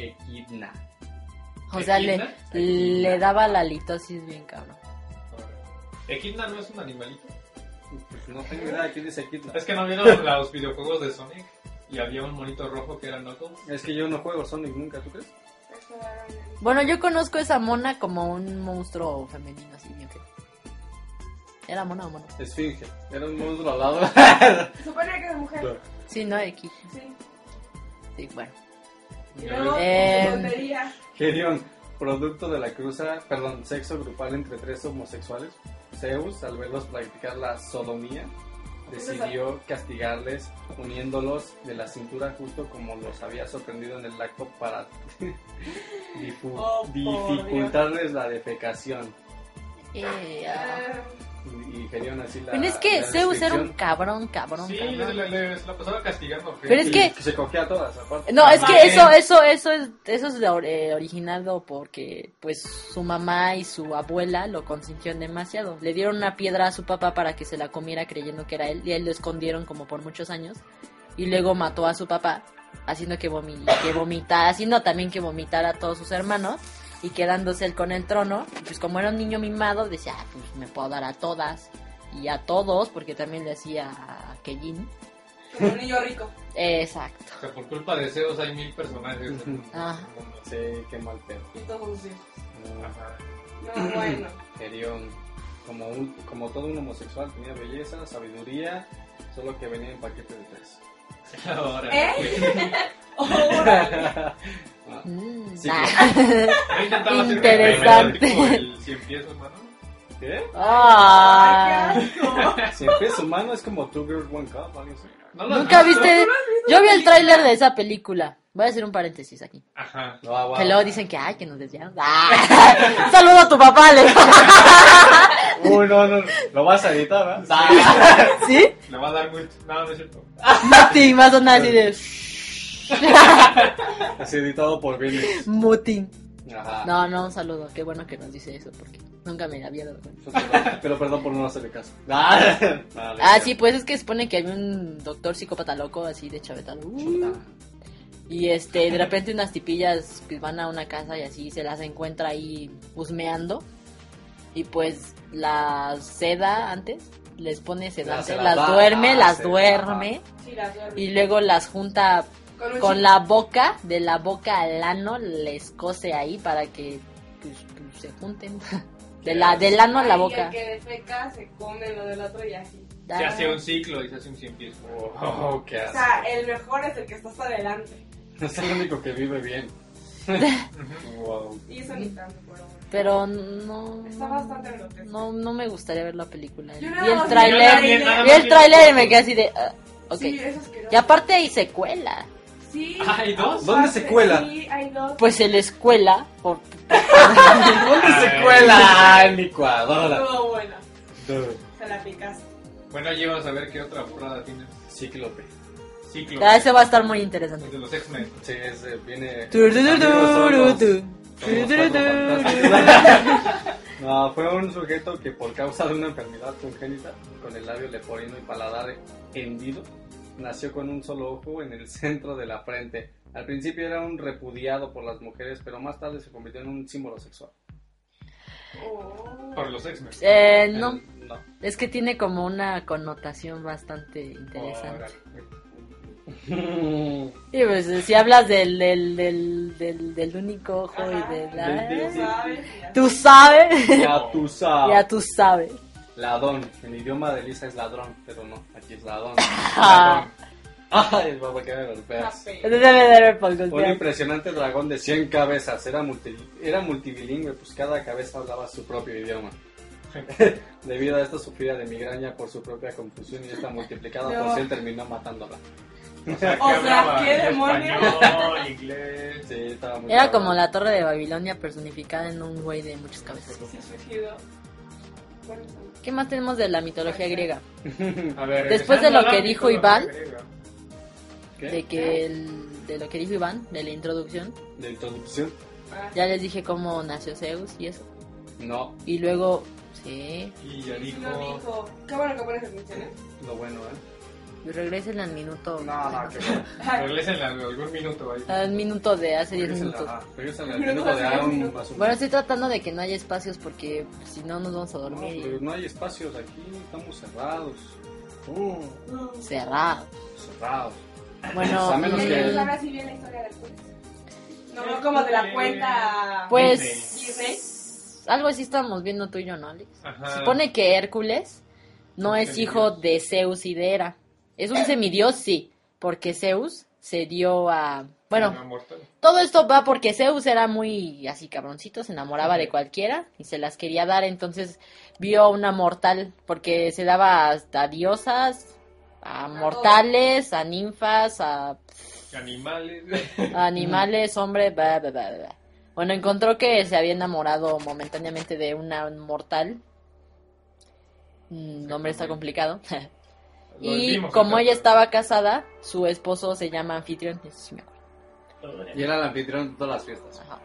Speaker 1: equidna.
Speaker 4: O sea, le,
Speaker 3: ¿Equidna?
Speaker 4: le daba la litosis bien cabrón.
Speaker 3: ¿Equidna Eh, no es un animalito?
Speaker 1: Pues no tengo idea de quién es equidna.
Speaker 3: Es que no vieron los videojuegos de Sonic y había un monito rojo que era Knuckles.
Speaker 1: Es que yo no juego Sonic nunca, ¿tú crees?
Speaker 4: Bueno, yo conozco esa mona como un monstruo femenino, así bien feo. ¿Era mona o mono?
Speaker 1: Esfinge. Era un monstruo al lado.
Speaker 2: Se Supone que es mujer.
Speaker 4: Sí, no, X.
Speaker 2: Sí.
Speaker 4: Sí, bueno.
Speaker 2: Y luego, pues,
Speaker 4: Eh,
Speaker 2: tontería.
Speaker 1: Gerion, producto de la cruza, perdón, sexo grupal entre tres homosexuales. Zeus, al verlos practicar la sodomía, decidió castigarles uniéndolos de la cintura justo como los había sorprendido en el acto para difu-
Speaker 2: Oh, por
Speaker 1: dificultarles la defecación.
Speaker 4: Eh, ah.
Speaker 2: Eh,
Speaker 1: Y y Gerion así la...
Speaker 4: Pero es que
Speaker 1: la
Speaker 4: Zeus era un
Speaker 1: descripción,
Speaker 4: cabrón, cabrón,
Speaker 3: Sí,
Speaker 4: cabrón.
Speaker 3: le, le- se la pasaba castigando.
Speaker 4: Pero es
Speaker 1: y
Speaker 4: que-
Speaker 1: Se cogía a todas, aparte.
Speaker 4: No, es que
Speaker 3: Ajá,
Speaker 4: eso,
Speaker 3: eh.
Speaker 4: eso, eso es, eso es de or- eh, originado porque, pues, su mamá y su abuela lo consintieron demasiado. Le dieron una piedra a su papá para que se la comiera creyendo que era él, y a él lo escondieron como por muchos años, y luego mató a su papá, haciendo que, vomi que vomitara, haciendo también que vomitara a todos sus hermanos, y quedándose él con el trono. Y Pues como era un niño mimado, decía, "Ah, pues me puedo dar a todas, y a todos, porque también le hacía a Kellin.
Speaker 2: como un niño rico.
Speaker 4: Exacto.
Speaker 3: O sea, por culpa de Zeus hay mil personajes. en
Speaker 4: Ah.
Speaker 3: el mundo.
Speaker 1: Sí, qué mal pedo.
Speaker 2: Y todos sus hijos.
Speaker 3: Ajá.
Speaker 2: No, bueno.
Speaker 1: Gerión, como, un- como todo un homosexual, tenía belleza, sabiduría, solo que venía en paquete de tres.
Speaker 3: Ahora,
Speaker 2: ¿Eh?
Speaker 3: pues,
Speaker 2: Órale.
Speaker 4: Mm,
Speaker 1: Sí,
Speaker 4: nah.
Speaker 3: yo intentaba hacer
Speaker 4: Interesante.
Speaker 3: el- el- el cien pies, hermano.
Speaker 1: ¿Qué?
Speaker 4: Ah.
Speaker 2: Ay, qué asco.
Speaker 1: Si en peso humano es como Two Girls One Cup, algo así.
Speaker 3: ¿No lo has
Speaker 4: Nunca
Speaker 3: visto?
Speaker 4: viste. Yo vi el tráiler de esa película. Voy a hacer un paréntesis aquí.
Speaker 3: Ajá.
Speaker 1: No, ah, wow.
Speaker 4: Que luego dicen que, ay, que nos desviamos. ¡Ah! Saludo a tu papá, le
Speaker 1: Uy, no, no. Lo vas a editar, ¿verdad?
Speaker 4: ¿Sí?
Speaker 3: Le va a dar muy... No, no es cierto.
Speaker 4: Mutin, más o menos así de.
Speaker 1: Así editado por Billy.
Speaker 4: Mutin.
Speaker 1: Ajá.
Speaker 4: No, no, un saludo. Qué bueno que nos dice eso porque nunca me había dado cuenta.
Speaker 1: Pero perdón por no hacerle caso. Ah,
Speaker 4: Ah, sí, pues es que supone que hay un doctor psicópata loco así de chavetado. Uh. Y este, de repente unas tipillas pues, van a una casa y así se las encuentra ahí husmeando. Y pues la seda antes, les pone sedante,
Speaker 1: se las
Speaker 4: las,
Speaker 1: da,
Speaker 4: duerme,
Speaker 1: ah,
Speaker 4: las
Speaker 1: se-
Speaker 4: duerme.
Speaker 2: Sí, las duerme.
Speaker 4: Y luego las junta
Speaker 2: un
Speaker 4: con
Speaker 2: chip.
Speaker 4: la boca, de la boca al ano, les cose ahí para que pues, pues, se junten. De la, del ano a la
Speaker 2: Ahí
Speaker 4: boca.
Speaker 2: El que defeca se come lo del otro y así.
Speaker 3: Se
Speaker 4: Ah.
Speaker 3: hace un ciclo y se hace un cien pies.
Speaker 1: Wow, Oh, qué
Speaker 2: O
Speaker 1: asco.
Speaker 2: sea, el mejor es el que está hasta adelante.
Speaker 1: Es el único que vive bien. wow.
Speaker 2: Y eso ni tanto, pero bueno.
Speaker 4: Pero no.
Speaker 2: Está bastante grotesco.
Speaker 4: No, no me gustaría ver la película. Vi
Speaker 2: Yo nada
Speaker 4: el
Speaker 2: más vi
Speaker 3: el
Speaker 4: tráiler,
Speaker 3: tráiler, nada
Speaker 4: vi
Speaker 3: más
Speaker 4: el
Speaker 3: vi-
Speaker 4: tráiler y me quedé así de, ah, ok.
Speaker 2: Sí, eso es que
Speaker 4: Y aparte hay secuela.
Speaker 2: Sí.
Speaker 3: Ah, ¿hay dos?
Speaker 1: ¿Dónde se cuela?
Speaker 2: Sí, hay dos.
Speaker 4: Pues el escuela, por-
Speaker 1: ¿Dónde se
Speaker 3: Ay.
Speaker 1: cuela? Ay, licuadora.
Speaker 2: Estuvo buena.
Speaker 1: Duh.
Speaker 2: Se la picaste.
Speaker 3: Bueno, allí vamos a ver qué otra burrada tiene.
Speaker 1: Cíclope.
Speaker 3: Ciclo.
Speaker 4: ah, ese va a estar muy interesante.
Speaker 3: De los X-Men.
Speaker 1: Sí, ese viene.
Speaker 4: Tururururu.
Speaker 1: Somos cuatro fantasmas. No, fue un sujeto que por causa de una enfermedad congénita, con el labio leporino y paladar hendido, nació con un solo ojo en el centro de la frente. Al principio era un repudiado por las mujeres, pero más tarde se convirtió en un símbolo sexual.
Speaker 2: Oh.
Speaker 3: Por los X-Men.
Speaker 4: Eh, no,
Speaker 1: No.
Speaker 4: es que tiene como una connotación bastante interesante.
Speaker 1: Órale.
Speaker 4: Y pues eh, si hablas del, del, del, del, del único ojo y de la...
Speaker 1: Del
Speaker 2: Tú sabes, ya.
Speaker 1: Ya tú
Speaker 4: Tú sabes,
Speaker 1: sabes.
Speaker 4: ya tú sabes.
Speaker 1: Ladón. En idioma de Lisa es ladrón, pero no, aquí es ladón.
Speaker 4: Ah.
Speaker 1: Ay, papá, que me golpeas.
Speaker 2: Está feo.
Speaker 4: Debe de haber por
Speaker 1: Un
Speaker 4: golpear.
Speaker 1: impresionante dragón de 100 cabezas. Era, multi- era multilingüe, pues cada cabeza hablaba su propio idioma. Debido a esto sufría de migraña por su propia confusión y esta multiplicada
Speaker 2: No.
Speaker 1: por 100 terminó matándola.
Speaker 3: O sea,
Speaker 2: O sea,
Speaker 3: hablaba?
Speaker 2: ¿qué demonios?
Speaker 3: Español, inglés.
Speaker 1: Sí, estaba muy
Speaker 4: Era
Speaker 1: cabrón.
Speaker 4: como la torre de Babilonia personificada en un güey de muchas cabezas.
Speaker 2: Sí, suicidó. Bueno,
Speaker 4: ¿Qué más tenemos de la mitología griega?
Speaker 3: A ver,
Speaker 4: Después de
Speaker 3: regresando
Speaker 4: lo
Speaker 3: al
Speaker 4: que
Speaker 3: ámbito
Speaker 4: dijo
Speaker 3: de la
Speaker 4: Iván.
Speaker 3: griega.
Speaker 1: ¿Qué?
Speaker 4: De que el- de lo que dijo Iván, de la introducción.
Speaker 1: ¿De introducción?
Speaker 2: ah,
Speaker 4: Ya les dije cómo nació Zeus y eso.
Speaker 1: No,
Speaker 4: Y luego, sí,
Speaker 3: Y ya
Speaker 2: sí lo
Speaker 3: dijo.
Speaker 2: dijo. Qué bueno que pones atención, ¿eh?
Speaker 1: lo bueno, ¿eh?
Speaker 4: regresen al minuto.
Speaker 1: qué bueno.
Speaker 2: Ay,
Speaker 3: Regresen algún minuto ahí.
Speaker 4: Al minuto de hace 10
Speaker 1: Regresen
Speaker 4: minutos.
Speaker 1: la- regresen al
Speaker 2: Pero
Speaker 1: minuto
Speaker 2: no
Speaker 1: de
Speaker 2: hace diez
Speaker 1: Aaron
Speaker 2: minutos.
Speaker 1: Basum.
Speaker 4: Bueno, estoy tratando de que no haya espacios porque si no nos vamos a
Speaker 1: No,
Speaker 4: dormir
Speaker 1: pero no hay espacios aquí, estamos cerrados. Oh,
Speaker 4: cerrado.
Speaker 1: cerrados.
Speaker 4: Bueno,
Speaker 1: Pues a menos
Speaker 4: y-
Speaker 1: que-
Speaker 2: ¿Quién sabe si bien la historia del juez? No, no como de la cuenta. Disney.
Speaker 4: pues algo así estábamos viendo tú y yo, ¿no, Alex?
Speaker 3: Ajá.
Speaker 4: Supone que Hércules no
Speaker 3: Un
Speaker 4: es hijo de Zeus y de Hera. Es un semidios, sí, porque Zeus se dio a...
Speaker 3: Una
Speaker 4: Bueno,
Speaker 3: mortal.
Speaker 4: todo esto va porque Zeus era muy así cabroncito, se enamoraba de
Speaker 3: Ujú.
Speaker 4: cualquiera y se las quería dar, entonces vio a una mortal, porque se daba hasta diosas, a
Speaker 2: todo.
Speaker 4: mortales, a ninfas, a
Speaker 3: Animales.
Speaker 4: Animales, hombre, bla, bla, bla, bla. Bueno, encontró que se había enamorado momentáneamente de una mortal. Mm, Nombre está complicado.
Speaker 3: Lo
Speaker 4: y
Speaker 3: vimos,
Speaker 4: como
Speaker 3: exacto.
Speaker 4: ella estaba casada, su esposo se llama anfitrión. Eso sí me acuerdo.
Speaker 1: Y era el anfitrión de todas las fiestas.
Speaker 4: Ajá.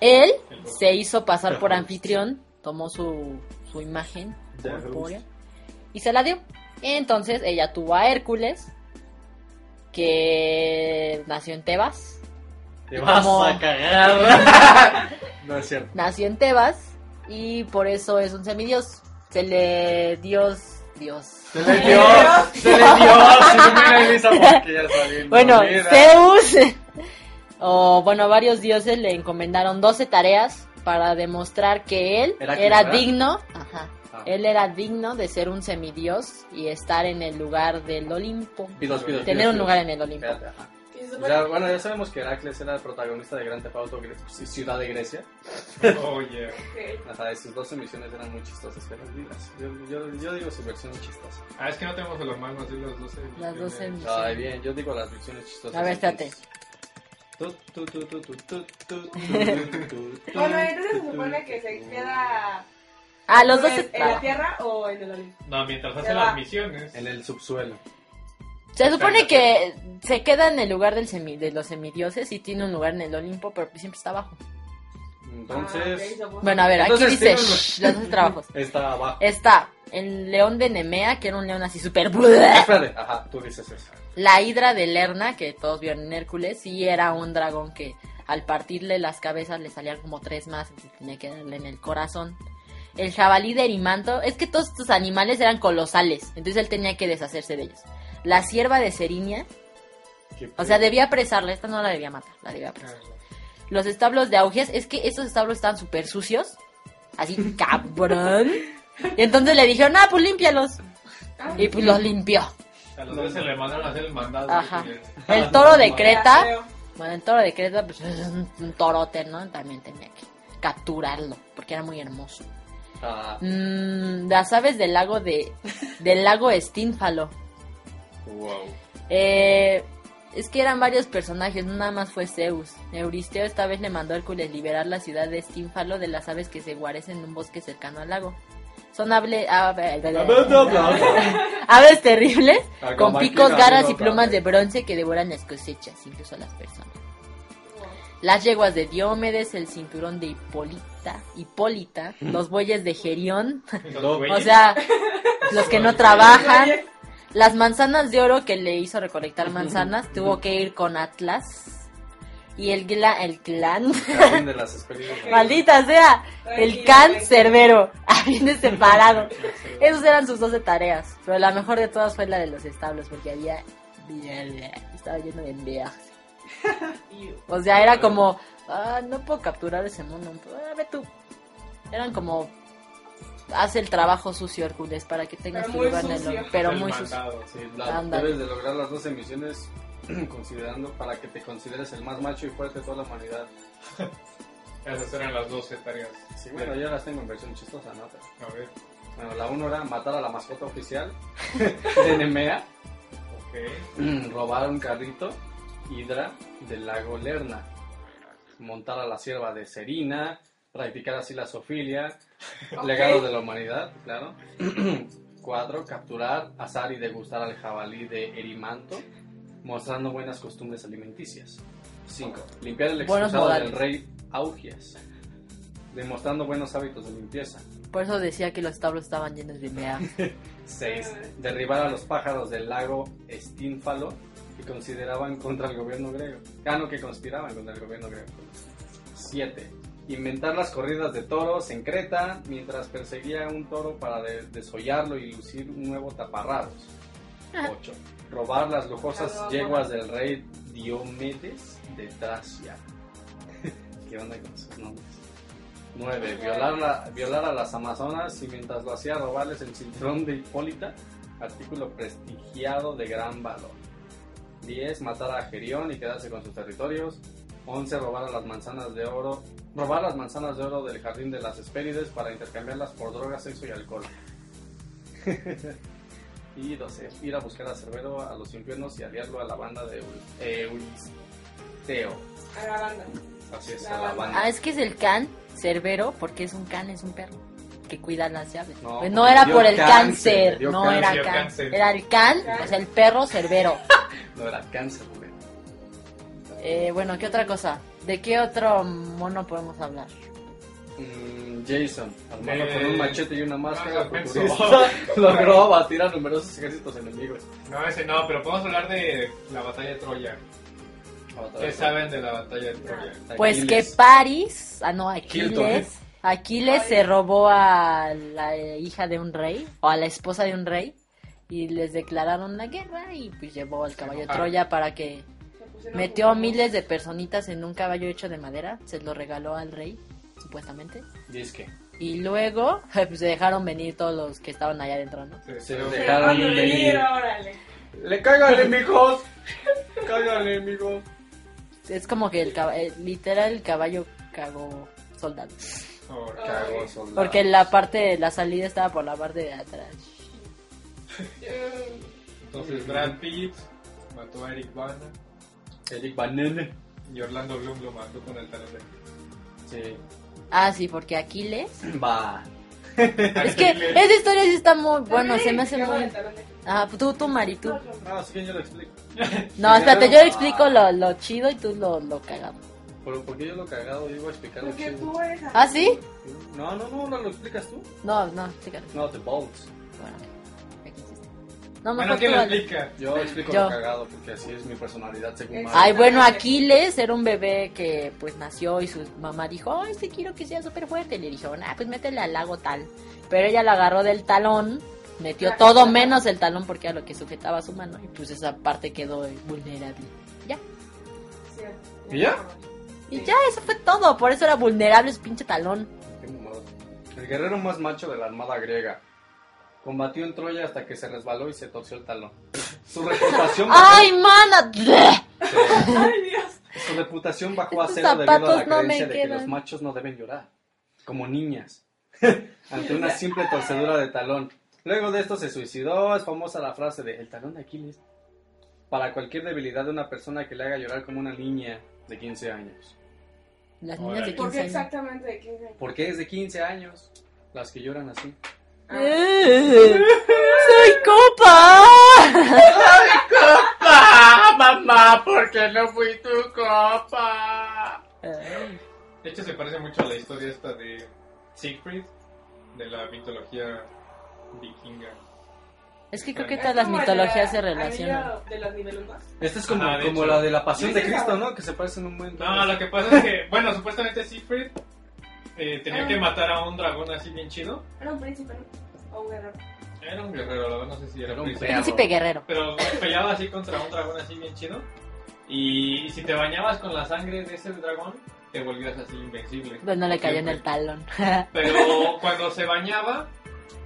Speaker 4: Él
Speaker 3: El boss.
Speaker 4: se hizo pasar por anfitrión, tomó su, su imagen
Speaker 1: Ya,
Speaker 4: corpórea y se la dio. Entonces ella tuvo a Hércules, que nació en Tebas.
Speaker 1: Te
Speaker 4: Y
Speaker 1: vas
Speaker 4: como-
Speaker 1: a cagar. no es cierto.
Speaker 4: nació en Tebas y por eso es un semidios. Se le dios, dios.
Speaker 1: Se le dio, se le dio, se le mira a Elisa porque ya está bien.
Speaker 4: Bueno,
Speaker 1: dormida.
Speaker 4: Zeus o bueno, varios dioses le encomendaron 12 tareas para demostrar que él
Speaker 1: Era
Speaker 4: era,
Speaker 1: que fuera.
Speaker 4: digno, ajá,
Speaker 1: Ah.
Speaker 4: él era digno de ser un semidios y estar en el lugar del Olimpo.
Speaker 1: Pidos, pidos,
Speaker 4: Tener
Speaker 1: pidos, pidos.
Speaker 4: un lugar en el Olimpo.
Speaker 1: Espérate, ajá.
Speaker 2: ¿Qué se
Speaker 1: O
Speaker 2: supone
Speaker 1: sea, bueno, ya sabemos que Heracles era el protagonista de Gran Theft Auto Gre- Ci- Ciudad de Grecia.
Speaker 3: Oh, yeah.
Speaker 2: que-
Speaker 1: Ajá, y sus dos emisiones eran muy chistosas, pero olvidas. Yo, yo, yo digo su versión chistosa.
Speaker 3: Ah, es que no tenemos el hermano así los 12.
Speaker 4: Las dos
Speaker 3: en...
Speaker 4: emisiones.
Speaker 1: Ay, bien, yo digo las versiones chistosas.
Speaker 4: A ver, espérate.
Speaker 1: Tu, tu, tu, tu, tu, tu, tu, tu, tu, tu, tu.
Speaker 2: Bueno, entonces se supone que se queda
Speaker 4: Ah, los dos.
Speaker 2: Pues, en,
Speaker 4: se-
Speaker 2: en la tierra o en el Olimpo.
Speaker 3: No, mientras
Speaker 2: Se
Speaker 3: hace
Speaker 2: va.
Speaker 3: las misiones.
Speaker 1: En el subsuelo.
Speaker 4: Se supone que se queda en el lugar del semi, de los semidioses y tiene un lugar en el Olimpo, pero siempre está abajo.
Speaker 1: Entonces,
Speaker 2: Ah, ok,
Speaker 4: Bueno, a ver, aquí
Speaker 1: Entonces,
Speaker 4: dice
Speaker 1: tiene un-
Speaker 4: shh, los dos trabajos.
Speaker 1: está
Speaker 4: Eh.
Speaker 1: abajo.
Speaker 4: Está el león de Nemea, que era un león así súper...
Speaker 1: Espérate, ajá, tú dices eso.
Speaker 4: La hidra de Lerna, que todos vieron en Hércules, y era un dragón que al partirle las cabezas le salían como tres más, entonces tenía que darle en el corazón. El jabalí de Erimanto, es que todos estos animales eran colosales, entonces él tenía que deshacerse de ellos. La sierva de Serinia,
Speaker 1: Qué
Speaker 4: o sea, debía apresarla, esta no la debía matar, la debía apresar. Los establos de Augias, es que estos establos estaban súper sucios, así cabrón. Y entonces le dijeron, ah, pues límpialos.
Speaker 2: Ah,
Speaker 4: Y pues los limpió.
Speaker 3: A los dos se le mandaron a hacer el mandado.
Speaker 4: Ajá.
Speaker 3: güey.
Speaker 4: El toro de
Speaker 3: No,
Speaker 4: Creta.
Speaker 2: ya veo.
Speaker 4: Bueno, el toro de Creta, pues es un, un torote, ¿no? También tenía que capturarlo, porque era muy hermoso.
Speaker 1: Ah,
Speaker 4: Mm, las aves del lago de. del lago Estínfalo.
Speaker 1: wow.
Speaker 4: Eh, es que eran varios personajes, no nada más fue Zeus. Euristeo esta vez le mandó a Hércules liberar la ciudad de Estínfalo de las aves que se guarecen en un bosque cercano al lago. Son hable- ave- aves terribles, con picos, garras y plumas de bronce que devoran las cosechas, incluso a las personas. Las yeguas de Diómedes, el cinturón de Hipólita, Hipólita, los bueyes de Gerión,
Speaker 3: Los
Speaker 1: O
Speaker 4: o
Speaker 3: güeyes.
Speaker 4: sea, los que no trabajan, las manzanas de oro que le hizo recolectar manzanas, tuvo que ir con Atlas, y el, gla- el clan,
Speaker 1: Jardín de las Hespérides.
Speaker 4: maldita sea, el
Speaker 2: Tranquilo,
Speaker 4: can
Speaker 2: tranquilo.
Speaker 4: cerbero, viene separado. Esas eran sus 12 tareas, pero la mejor de todas fue la de los establos, porque había... Estaba lleno de viejas.
Speaker 2: Y-
Speaker 4: O sea, era como, ah, no puedo capturar ese mono. Ah, ve tú. Eran como, haz el trabajo sucio, Hércules, para que tengas
Speaker 2: Pero
Speaker 4: tu
Speaker 2: muy
Speaker 4: lugar en el
Speaker 2: sucio.
Speaker 4: hombre. Pero
Speaker 3: El
Speaker 4: muy sucio.
Speaker 3: mandado, sí.
Speaker 1: Sí, la-
Speaker 4: Ándale.
Speaker 1: debes de lograr las dos emisiones considerando para que te consideres el más macho y fuerte de toda la humanidad.
Speaker 3: Esas eran las 12 tareas.
Speaker 1: Sí, bueno, yo las tengo en versión chistosa, ¿no? Pero-
Speaker 3: A ver.
Speaker 1: bueno, la 1 era matar a la mascota oficial de Nemea,
Speaker 3: Ok.
Speaker 1: robar un carrito, Hidra del lago Lerna, montar a la sierva de Serina, practicar así la sofilia,
Speaker 2: Ok.
Speaker 1: legado de la humanidad, claro. 4. Capturar, asar y degustar al jabalí de Erimanto, mostrando buenas costumbres alimenticias. 5. Limpiar el
Speaker 4: Buenos
Speaker 1: expulsado del
Speaker 4: modales.
Speaker 1: rey Augias, demostrando buenos hábitos de limpieza.
Speaker 4: Por eso decía que los establos estaban llenos de mea.
Speaker 1: 6. Derribar a los pájaros del lago Estínfalo que consideraban contra el gobierno griego. Ah, no, que conspiraban contra el gobierno griego. 7. Inventar las corridas de toros en Creta mientras perseguía un toro para de- desollarlo y lucir un nuevo taparrabos. 8. Robar las lujosas
Speaker 2: Claro,
Speaker 1: yeguas del rey Diomedes de Tracia. ¿Qué onda con sus nombres? 9. Violar, la- violar a las amazonas y mientras lo hacía robarles el cinturón de Hipólita, artículo prestigiado de gran valor. 10. Matar a Gerión y quedarse con sus territorios. 11. Robar a las manzanas de oro. Robar las manzanas de oro del jardín de las Hespérides para intercambiarlas por drogas, sexo y alcohol. y 12. Ir a buscar a Cerbero a los infiernos y aliarlo a la banda de eh, Eul- Euristeo.
Speaker 2: A la banda.
Speaker 1: Así es,
Speaker 2: La
Speaker 1: a la
Speaker 2: banda.
Speaker 1: banda.
Speaker 4: Ah, es que es el can cerbero, porque es un can, es un perro que cuida las llaves.
Speaker 1: No,
Speaker 4: Pues
Speaker 1: porque
Speaker 4: no era
Speaker 1: dio
Speaker 4: por el
Speaker 1: cáncer,
Speaker 4: cáncer,
Speaker 1: dio
Speaker 4: no
Speaker 1: cáncer,
Speaker 4: era
Speaker 3: dio
Speaker 4: can,
Speaker 3: cáncer.
Speaker 4: era el can,
Speaker 2: Can.
Speaker 4: o sea, el perro cerbero.
Speaker 1: No era cáncer, güey.
Speaker 4: Eh, bueno, ¿qué otra cosa? ¿De qué otro mono podemos hablar?
Speaker 1: Mm, Jason, armado
Speaker 3: Eh,
Speaker 1: con un machete y una máscara
Speaker 3: ah, pensó.
Speaker 1: futurista, logró abatir a numerosos ejércitos enemigos.
Speaker 3: No, ese no, pero podemos hablar de la batalla de Troya. ¿Qué saben de la batalla de Troya?
Speaker 4: Pues que
Speaker 1: Aquiles.
Speaker 4: Paris, ah no,
Speaker 1: Hilton.
Speaker 4: Aquiles, Aquiles se robó a la hija de un rey o a la esposa de un rey y les declararon la guerra y pues llevó al caballo de
Speaker 3: enojaron.
Speaker 4: Troya para que
Speaker 2: Se pusieron
Speaker 4: metió a
Speaker 2: juntos.
Speaker 4: miles de personitas en un caballo hecho de madera, se lo regaló al rey supuestamente
Speaker 1: Dice que
Speaker 4: y luego pues, se dejaron venir todos los que estaban allá adentro, ¿no?
Speaker 1: se
Speaker 3: pero-
Speaker 1: dejaron
Speaker 2: Sí,
Speaker 1: venir.
Speaker 2: órale.
Speaker 1: ¡Le caigan, mijos! Cállale, amigo.
Speaker 4: Es como que el caba- el- literal el caballo cagó soldados.
Speaker 3: Por-
Speaker 1: Cago soldado.
Speaker 4: Porque la parte de la salida estaba por la parte de atrás.
Speaker 3: Entonces Brad Pitt mató a Eric Bana
Speaker 1: Eric Banene.
Speaker 3: y Orlando Bloom lo mató con el talón de...
Speaker 1: Sí.
Speaker 4: Ah, sí, porque Aquiles.
Speaker 1: Va.
Speaker 4: Es que esa historia sí está muy. Bueno, se me hace
Speaker 2: Luego
Speaker 4: muy.
Speaker 2: del talón de-
Speaker 4: Ah, tú, tú, Mari, tú.
Speaker 1: Ah, así que yo lo explico.
Speaker 4: No, espérate, yo explico lo, lo chido y tú lo, lo cagamos.
Speaker 1: Pero porque yo lo cagado, yo iba a explicar lo
Speaker 2: Porque
Speaker 1: chido.
Speaker 2: tú eres así.
Speaker 4: ¿Ah, sí?
Speaker 1: No, no, no, no lo explicas tú.
Speaker 4: No, no, explícalo.
Speaker 1: No, te bolts.
Speaker 4: Bueno, ok. Aquí existe. No,
Speaker 3: Bueno,
Speaker 4: mejor
Speaker 3: ¿quién
Speaker 4: tú,
Speaker 3: lo
Speaker 4: Ale.
Speaker 3: explica?
Speaker 1: Yo explico
Speaker 4: Yo.
Speaker 1: lo cagado porque así es mi personalidad según Mario.
Speaker 4: Ay, bueno, Aquiles era un bebé que pues nació y su mamá dijo, ay, sí quiero que sea súper fuerte. Y le dijeron, ah, pues métele al lago tal. Pero ella la agarró del talón, metió
Speaker 2: La
Speaker 4: todo
Speaker 2: cara.
Speaker 4: menos el talón porque era lo que sujetaba su mano y pues esa parte quedó vulnerable.
Speaker 2: Cierto.
Speaker 1: ¿Y ya?
Speaker 4: Y ya, eso fue todo, por eso era vulnerable su pinche talón.
Speaker 1: Qué mamada. El guerrero más macho de la armada griega. Combatió en Troya hasta que se resbaló y se torció el talón. Su reputación bajó,
Speaker 4: ¡Ay, mana!
Speaker 2: Ay, Dios.
Speaker 1: su reputación bajó a
Speaker 4: Estos
Speaker 1: cero debido a la
Speaker 4: zapatos no me
Speaker 1: creencia de que
Speaker 4: quedan.
Speaker 1: los machos no deben llorar, como niñas, ante una simple torcedura de talón. Luego de esto se suicidó, es famosa la frase de el talón de Aquiles, para cualquier debilidad de una persona que le haga llorar como una niña de 15 años.
Speaker 4: Las niñas de
Speaker 2: ¿Por
Speaker 4: 15
Speaker 2: qué
Speaker 4: años.
Speaker 2: exactamente de 15 años?
Speaker 1: ¿Por qué es de 15 años las que lloran así?
Speaker 2: Ah,
Speaker 4: Eh, ¡Soy copa!
Speaker 1: ¡Ah, mamá! ¿Por qué no fui tu copa?
Speaker 4: Ay,
Speaker 3: De hecho, se parece mucho a la historia esta de Siegfried, de la mitología vikinga.
Speaker 4: Es que creo que
Speaker 3: Es
Speaker 4: todas las
Speaker 2: como
Speaker 4: mitologías se
Speaker 2: el
Speaker 4: relacionan.
Speaker 2: anillo De los nivelumbas.
Speaker 1: Esta es como,
Speaker 3: Ah, de
Speaker 1: como
Speaker 3: hecho.
Speaker 1: la de la pasión de
Speaker 2: Sí, sí,
Speaker 1: Cristo,
Speaker 2: sí.
Speaker 1: ¿no? Que se parecen un buen...
Speaker 3: No, lo que pasa es que, bueno, supuestamente Siegfried eh, tenía
Speaker 2: Ah.
Speaker 3: que matar a un dragón así bien chido.
Speaker 2: Era un príncipe, ¿no? O un guerrero.
Speaker 3: Era un guerrero, la verdad, no sé si era
Speaker 1: Era un
Speaker 3: príncipe.
Speaker 1: perro.
Speaker 4: Príncipe guerrero.
Speaker 3: Pero peleaba así contra un dragón así bien chido. Y, y si te bañabas con la sangre de ese dragón, te volvías así invencible.
Speaker 4: Pues no le cayó en
Speaker 3: Siempre.
Speaker 4: el talón.
Speaker 3: Pero cuando se bañaba,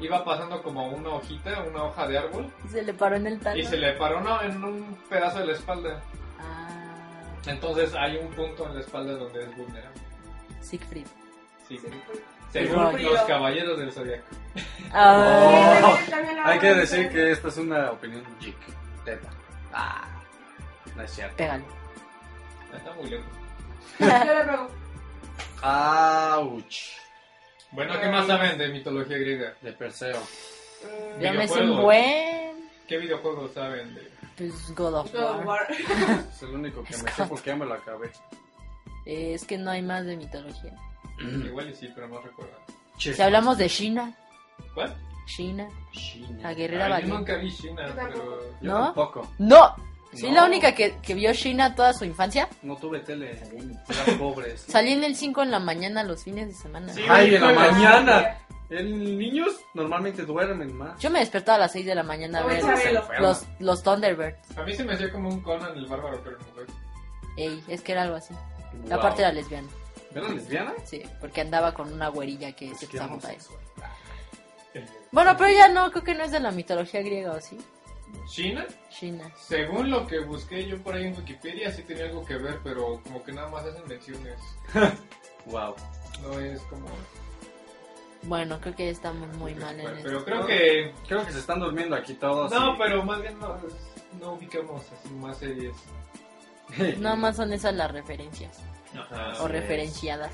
Speaker 3: iba pasando como una hojita, una hoja de árbol,
Speaker 4: Se le paró en el talón.
Speaker 3: y se le paró no, en un pedazo de la espalda.
Speaker 4: Ah,
Speaker 3: Entonces hay un punto en la espalda donde es vulnerable.
Speaker 4: Siegfried.
Speaker 2: Sí,
Speaker 3: Sí.
Speaker 2: fue.
Speaker 3: Según
Speaker 2: Frío.
Speaker 3: los caballeros del zodiaco.
Speaker 4: Ah,
Speaker 1: Oh,
Speaker 2: Sí, también la
Speaker 1: Hay que
Speaker 2: otra
Speaker 1: decir
Speaker 2: mitad.
Speaker 1: que esta es una opinión geek. Teta. Ah, no es cierto.
Speaker 4: Pégalo.
Speaker 3: Está muy lejos.
Speaker 2: Yo le pregunto.
Speaker 1: Ouch.
Speaker 3: Bueno, ¿qué más saben de mitología griega?
Speaker 1: De Perseo.
Speaker 2: mm,
Speaker 4: Ya me es un
Speaker 3: Videojuegos.
Speaker 4: buen.
Speaker 3: ¿Qué videojuegos saben de.?
Speaker 4: Pues God of
Speaker 2: God of
Speaker 4: War.
Speaker 2: War.
Speaker 1: Es el único que me sé porque ya me lo acabé.
Speaker 4: Eh, Es que no hay más de mitología.
Speaker 3: Igual y sí, pero no recuerdo.
Speaker 4: Si hablamos de China,
Speaker 3: ¿Cuál?
Speaker 4: China,
Speaker 1: China.
Speaker 4: la guerrera
Speaker 3: Ah, yo
Speaker 4: valiente.
Speaker 3: nunca vi China,
Speaker 2: Yo tampoco.
Speaker 3: pero.
Speaker 1: pues, Yo
Speaker 4: ¿No?
Speaker 1: tampoco.
Speaker 4: ¡No! Soy
Speaker 1: No.
Speaker 4: la única que, que vio China toda su infancia.
Speaker 1: No tuve tele. Eran pobres.
Speaker 4: Salí en el 5 en la mañana los fines de semana.
Speaker 3: Sí.
Speaker 1: Ay, en la
Speaker 3: Híjole.
Speaker 1: mañana. En niños normalmente duermen más.
Speaker 4: Yo me despertaba a las 6 de la mañana a
Speaker 2: Como
Speaker 4: ver
Speaker 2: el Chabelo.
Speaker 4: los, los Thunderbirds.
Speaker 3: A mí se me hacía como un Conan el bárbaro, pero no fue.
Speaker 4: Ey, es que era algo así.
Speaker 1: Wow.
Speaker 4: Aparte era lesbiana.
Speaker 1: ¿Era lesbiana?
Speaker 4: Sí, porque andaba con una güerilla que se
Speaker 1: Es que
Speaker 4: sabotaje.
Speaker 1: homosexual.
Speaker 4: Bueno, pero ella no, creo que no es de la mitología griega, ¿o sí?
Speaker 3: China,
Speaker 4: China.
Speaker 3: según lo que busqué yo por ahí en Wikipedia, sí tenía algo que ver, pero como que nada más hacen menciones.
Speaker 1: Wow.
Speaker 3: No es como.
Speaker 4: Bueno, creo que estamos muy mal en
Speaker 3: pero,
Speaker 4: esto.
Speaker 3: pero creo que.
Speaker 1: Creo que se están durmiendo aquí todos.
Speaker 3: No, pero más bien no, no ubicamos así más series.
Speaker 1: pero...
Speaker 4: Nada más son esas las referencias.
Speaker 1: Ajá.
Speaker 4: o
Speaker 1: Así es.
Speaker 4: referenciadas.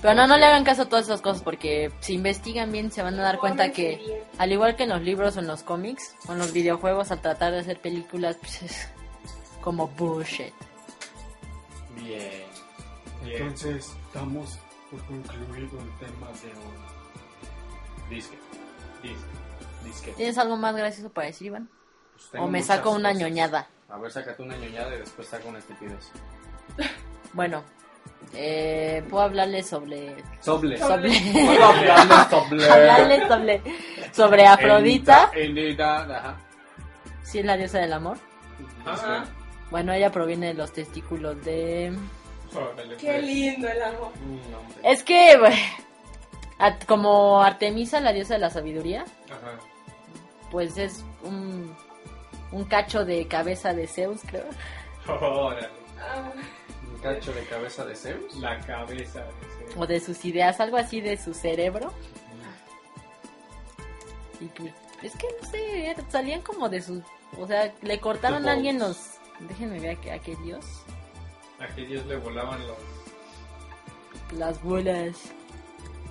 Speaker 4: Pero no, no le hagan caso a todas esas cosas porque si investigan bien se van a dar cuenta que, al igual que en los libros o en los cómics o en los videojuegos, al tratar de hacer películas, pues es como bullshit.
Speaker 1: Bien.
Speaker 3: Bien.
Speaker 1: Entonces, damos por concluido el tema de hoy. Disque,
Speaker 3: Disney.
Speaker 1: disque.
Speaker 4: ¿Tienes algo más gracioso para decir, Iván?
Speaker 1: Pues
Speaker 4: O
Speaker 1: tengo
Speaker 4: me
Speaker 1: muchas
Speaker 4: saco una
Speaker 1: cosas.
Speaker 4: ñoñada.
Speaker 1: A ver, sácate una ñoñada y después saco una estupidez.
Speaker 4: Bueno, eh, puedo hablarles sobre...
Speaker 1: Soble.
Speaker 4: sobre...
Speaker 1: Puedo hablarles soble.
Speaker 4: hablarles sobre, sobre Afrodita,
Speaker 1: Enida, enida, ajá.
Speaker 4: si es la diosa del amor.
Speaker 3: Ajá.
Speaker 1: Disque.
Speaker 4: Bueno, ella proviene de los testículos de...
Speaker 3: Órale,
Speaker 2: Qué
Speaker 3: pues.
Speaker 2: lindo el amor.
Speaker 1: Mm, no, hombre.
Speaker 4: Es que, bueno, at- como Artemisa, la diosa de la sabiduría,
Speaker 3: Ajá.
Speaker 4: pues es un un cacho de cabeza de Zeus, creo.
Speaker 3: Órale,
Speaker 2: Ah,
Speaker 1: Un cacho de cabeza de Zeus.
Speaker 3: la cabeza. de ese.
Speaker 4: O de sus ideas, algo así de su cerebro. Y pues, es que no sé, era- salían como de sus. O sea, le cortaron a alguien los. Déjenme ver a qué, a qué dios.
Speaker 3: A que Dios le volaban los...
Speaker 4: Las bolas.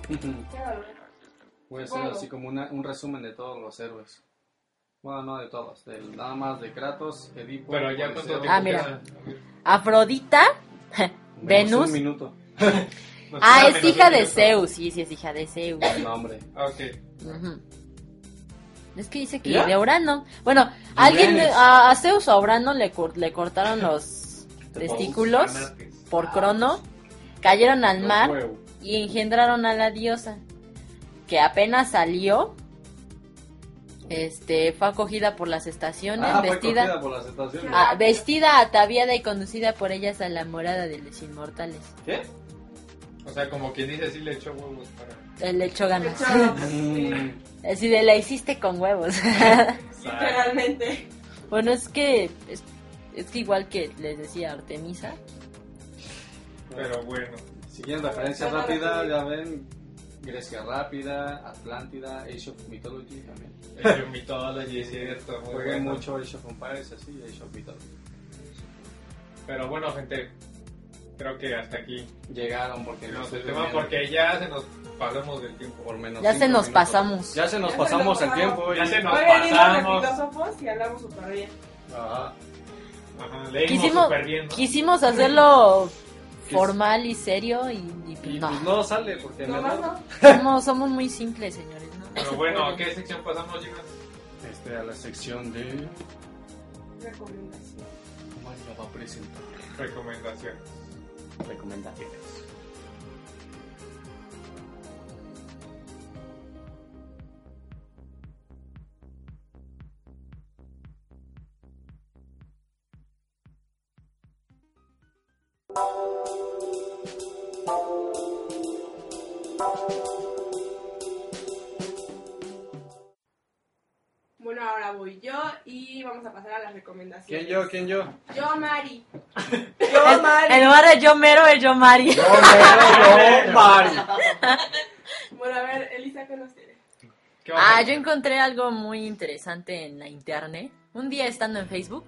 Speaker 2: qué dolor.
Speaker 1: Voy a hacer así como una- un resumen de todos los héroes. Bueno, no de todos, del- nada más de Kratos, Edipo.
Speaker 3: Pero ya
Speaker 1: Odiseo.
Speaker 3: cuánto tiempo
Speaker 4: Ah, mira.
Speaker 3: queda?
Speaker 4: Afrodita.
Speaker 1: Menos
Speaker 4: Venus.
Speaker 1: Un minuto. Pues
Speaker 3: Nos
Speaker 4: Ah,
Speaker 3: queda
Speaker 4: es
Speaker 3: menos
Speaker 4: hija
Speaker 3: un
Speaker 4: de
Speaker 3: minuto.
Speaker 4: Zeus. Sí, sí, es hija de Zeus.
Speaker 1: No, hombre.
Speaker 3: Ah, Ok.
Speaker 4: Ujú. Es que dice que
Speaker 1: ¿Ya? Pues
Speaker 4: de Urano. Bueno, alguien
Speaker 1: Uranes.
Speaker 4: a, a Zeus o a Urano le, cor- le cortaron los testículos
Speaker 3: Anates.
Speaker 4: por Crono, cayeron al
Speaker 1: Los
Speaker 4: mar
Speaker 1: huevos.
Speaker 4: y engendraron a la diosa, que apenas salió, este, fue acogida por las estaciones,
Speaker 1: Ah, fue
Speaker 4: vestida,
Speaker 1: cogida por las estaciones.
Speaker 4: ah, vestida, ataviada y conducida por ellas a la morada de los inmortales.
Speaker 1: ¿Qué?
Speaker 3: O sea, como quien dice, sí le echó huevos para...
Speaker 4: El hecho
Speaker 2: Me
Speaker 4: Eh, ganas.
Speaker 2: echaron, sí,
Speaker 1: Mm,
Speaker 4: Así de la hiciste con huevos.
Speaker 2: Literalmente.
Speaker 4: Bueno, es que es, es que igual que les decía Artemisa,
Speaker 3: Pero bueno.
Speaker 1: Si quieren referencias rápidas, ya ven. Grecia rápida, Atlántida, Age of Mythology también.
Speaker 3: El Mythology, es cierto. Muy
Speaker 1: Juegué
Speaker 3: bueno.
Speaker 1: mucho Age of Empires, así, Age of Mythology.
Speaker 3: Pero bueno, gente. Creo que hasta aquí.
Speaker 1: Llegaron porque
Speaker 3: No,
Speaker 1: estoy
Speaker 3: el tema
Speaker 1: viendo
Speaker 3: porque ya se nos pasamos del tiempo.
Speaker 1: por menos
Speaker 4: ya se
Speaker 1: cinco
Speaker 4: nos
Speaker 1: minutos.
Speaker 4: pasamos.
Speaker 1: Ya se nos
Speaker 2: Ya se
Speaker 1: pasamos
Speaker 2: nos
Speaker 1: el
Speaker 2: pasamos.
Speaker 1: tiempo. y-
Speaker 3: Ya se nos
Speaker 2: Hoy venimos de
Speaker 3: pasamos.
Speaker 2: filósofos y hablamos súper bien.
Speaker 1: Ajá.
Speaker 3: Ajá, leímos
Speaker 4: Quisimos-
Speaker 3: súper bien. ¿no?
Speaker 4: Quisimos hacerlo
Speaker 1: Quis-
Speaker 4: formal y serio y, y pues
Speaker 1: Y
Speaker 4: no.
Speaker 1: pues no sale porque
Speaker 2: No,
Speaker 1: mejor-
Speaker 2: más no.
Speaker 4: Somos, somos muy simples, señores. ¿no?
Speaker 3: Pero bueno, ¿a qué sección pasamos, chicos?
Speaker 1: Este, a la sección de.
Speaker 2: Recomendación.
Speaker 1: María va a presentar.
Speaker 3: Recomendaciones.
Speaker 6: Recomendaciones.
Speaker 2: Bueno, ahora voy yo y vamos a pasar a las
Speaker 1: ¿Quién
Speaker 2: recomendaciones.
Speaker 1: yo? ¿Quién yo?
Speaker 2: Yo, Mari.
Speaker 4: El-
Speaker 2: yo, Mari.
Speaker 4: En lugar de yo mero, es yo Mari.
Speaker 1: yo,
Speaker 2: Bueno, a ver, Elisa, ¿qué nos tiene?
Speaker 3: ¿Qué vamos a
Speaker 4: Ah,
Speaker 3: hacer?
Speaker 4: yo encontré algo muy interesante en la internet. Un día estando en Facebook,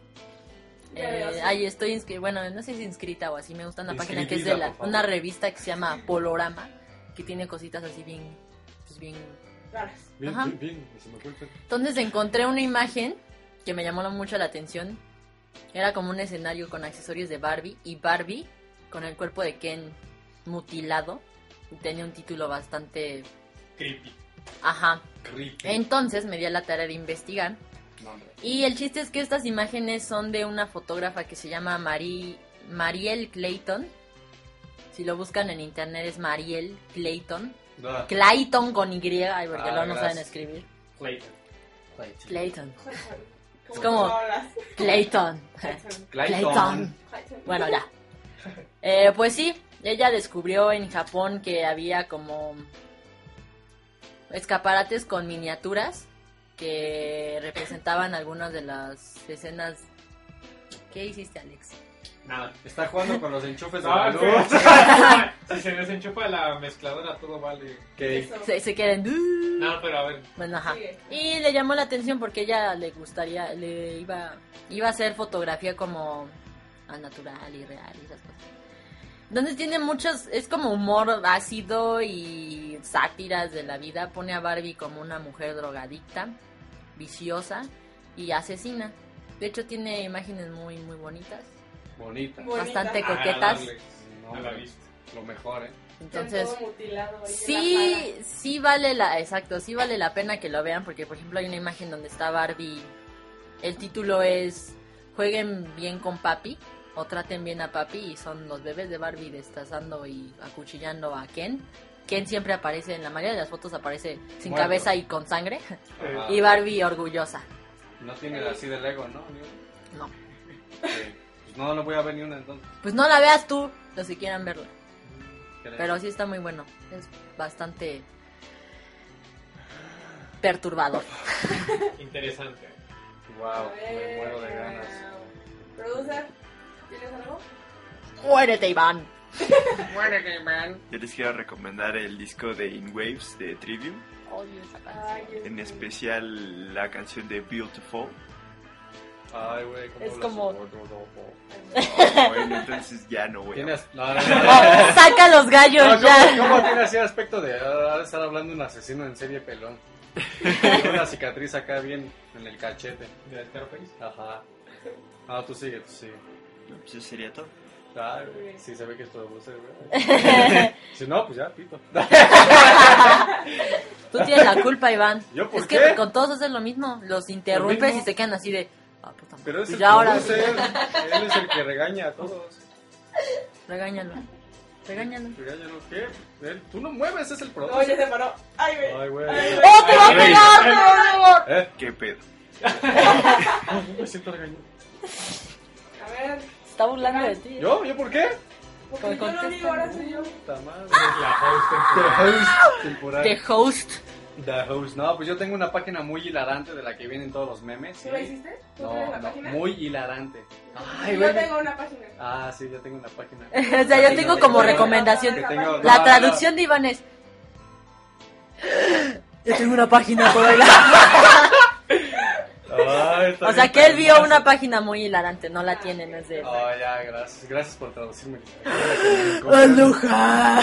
Speaker 2: Ya veo, sí.
Speaker 4: eh, ahí estoy inscrita, bueno, no sé si inscrita o así, me gusta una página que es de
Speaker 1: Inscribida,
Speaker 4: la-
Speaker 1: por favor.
Speaker 4: una revista que se llama Polorama, que tiene cositas así bien, pues bien
Speaker 2: Raras.
Speaker 1: Bien,
Speaker 4: Ajá.
Speaker 1: bien, bien. y se me fue el pedo.
Speaker 4: Entonces encontré una imagen que me llamó mucho la atención. Era como un escenario con accesorios de Barbie y Barbie con el cuerpo de Ken mutilado. Tenía un título bastante...
Speaker 3: Creepy.
Speaker 4: Ajá.
Speaker 3: Creepy.
Speaker 4: Entonces me di a la tarea de investigar.
Speaker 1: No, hombre.
Speaker 4: Y el chiste es que estas imágenes son de una fotógrafa que se llama Marie, Mariel Clayton. Si lo buscan en internet es Mariel Clayton.
Speaker 1: Da.
Speaker 4: Clayton con Y, ay, porque
Speaker 1: Ah,
Speaker 4: luego no saben
Speaker 1: gracias.
Speaker 4: escribir.
Speaker 3: Clayton.
Speaker 4: Clayton.
Speaker 2: ¿Cómo
Speaker 4: Es como-
Speaker 2: tú hablas?
Speaker 4: Clayton. Clayton. Bueno, ya. Eh, pues sí, ella descubrió en Japón que había como escaparates con miniaturas que representaban algunas de las escenas. ¿Qué hiciste, Alex?
Speaker 3: Nada.
Speaker 1: Está jugando con los enchufes de
Speaker 3: No,
Speaker 4: Ah,
Speaker 1: la
Speaker 3: es
Speaker 1: luz.
Speaker 3: que- si se desenchufa la mezcladora, todo vale.
Speaker 1: Que-
Speaker 2: Eso.
Speaker 4: Se, se quedan.
Speaker 3: No, pero a ver.
Speaker 4: Bueno, ajá.
Speaker 2: Sigue.
Speaker 4: Y le llamó la atención porque ella le gustaría, le iba, iba a hacer fotografía como al natural y real y esas cosas. Entonces tiene muchos, es como humor ácido y sátiras de la vida. Pone a Barbie como una mujer drogadicta, viciosa y asesina. De hecho tiene imágenes muy, muy bonitas.
Speaker 1: Bonita.
Speaker 2: Bonita.
Speaker 4: Bastante co- Coquetas.
Speaker 3: Agradable
Speaker 1: No,
Speaker 3: A la
Speaker 1: hombre,
Speaker 3: vista.
Speaker 1: lo mejor, ¿eh?
Speaker 4: Entonces...
Speaker 2: Todo mutilado ahí en la sala.
Speaker 4: Sí, sí vale la, exacto, sí vale la pena que lo vean porque por ejemplo hay una imagen donde está Barbie. El título es Jueguen bien con papi o traten bien a papi y son los bebés de Barbie destazando y acuchillando a Ken. Ken siempre aparece en la mayoría de las fotos aparece sin
Speaker 1: Muerto. Ah.
Speaker 4: cabeza y con sangre
Speaker 1: Ajá.
Speaker 4: y Barbie orgullosa.
Speaker 1: No tiene así de Lego, ¿no? amigo?
Speaker 4: No.
Speaker 1: Que- Pues no, no voy a ver ni una entonces.
Speaker 4: Pues no la veas tú, los que quieran verla,
Speaker 1: ¿Qué
Speaker 4: pero sí está muy bueno. Es bastante perturbador.
Speaker 3: Interesante.
Speaker 1: le- Wow,
Speaker 2: A
Speaker 1: me
Speaker 2: ver,
Speaker 1: muero de ganas.
Speaker 2: Producer, ¿tienes algo?
Speaker 4: Muérete, Iván.
Speaker 6: Yo les quiero recomendar el disco de In Waves de Trivium,
Speaker 4: Odio esa
Speaker 2: Ay, es
Speaker 6: en
Speaker 2: muy-
Speaker 6: especial la canción de Beautiful.
Speaker 1: Ay, güey, ¿cómo
Speaker 4: Es
Speaker 1: lo
Speaker 4: como-
Speaker 1: soporto?
Speaker 6: Bueno, entonces ya no voy a...
Speaker 1: Tienes. No, no, no, no.
Speaker 4: Saca los gallos
Speaker 1: No,
Speaker 4: ya.
Speaker 1: Ah, ¿cómo, cómo tiene así aspecto de ah, estar hablando un asesino en serie pelón? Con una cicatriz acá bien en el cachete.
Speaker 3: ¿De Scarface?
Speaker 1: Ajá. No, tú sigue, tú sigue.
Speaker 6: Eso sería todo.
Speaker 1: Ah, güey, sí se ve que es producer, güey. Si no, pues ya, pito.
Speaker 4: Tú tienes la culpa, Iván.
Speaker 1: ¿Yo por
Speaker 4: es
Speaker 1: qué?
Speaker 4: que con todos haces lo mismo. Los interrumpes
Speaker 1: ¿Lo mismo?
Speaker 4: y se quedan así de. Ah, puta madre.
Speaker 1: Pero es
Speaker 4: Pues
Speaker 1: el eh.
Speaker 4: ya ahora sí,
Speaker 1: producer. Él es el que regaña a todos.
Speaker 4: regáñalo. Regáñalo.
Speaker 1: Regáñalo, ¿qué? Él- tú no mueves, es el
Speaker 2: No, ya
Speaker 1: producer.
Speaker 2: se paró. Ay, güey.
Speaker 1: Ay, güey.
Speaker 2: Ay, güey.
Speaker 4: ¡Oh, te va a
Speaker 6: Ay, güey.
Speaker 4: pegar, por favor!
Speaker 1: ¿Eh?
Speaker 6: ¿Qué pedo?
Speaker 1: Me siento regañado.
Speaker 2: A ver,
Speaker 4: Está burlando de ti.
Speaker 1: ¿Yo? ¿Yo por qué?
Speaker 2: porque yo
Speaker 4: Contesta,
Speaker 2: lo digo, ahora
Speaker 4: ¿no?
Speaker 2: soy yo.
Speaker 1: Puta madre.
Speaker 3: La host
Speaker 1: The
Speaker 3: temporal.
Speaker 1: host temporal.
Speaker 4: The host.
Speaker 1: The Host. No, pues yo tengo una página muy hilarante de la que vienen todos los memes.
Speaker 2: ¿Tú lo hiciste? ¿Tú
Speaker 1: No,
Speaker 2: tienes la
Speaker 1: no,
Speaker 2: página?
Speaker 1: muy hilarante. Ay,
Speaker 2: yo
Speaker 1: güey.
Speaker 2: tengo una página.
Speaker 1: Ah, sí, ya tengo una página.
Speaker 4: O sea, yo tengo como recomendación.
Speaker 1: Que tengo- no,
Speaker 4: La
Speaker 1: no,
Speaker 4: traducción de Iván es. Yo tengo una página por bailar.
Speaker 1: no. Ay, está
Speaker 4: O sea,
Speaker 1: bien
Speaker 4: que él vio
Speaker 1: penoso.
Speaker 4: una página muy hilarante. No la tiene, no es de. él.
Speaker 1: Ay, Oh, ya, gracias. Gracias por traducirme.
Speaker 4: ¡Aloha!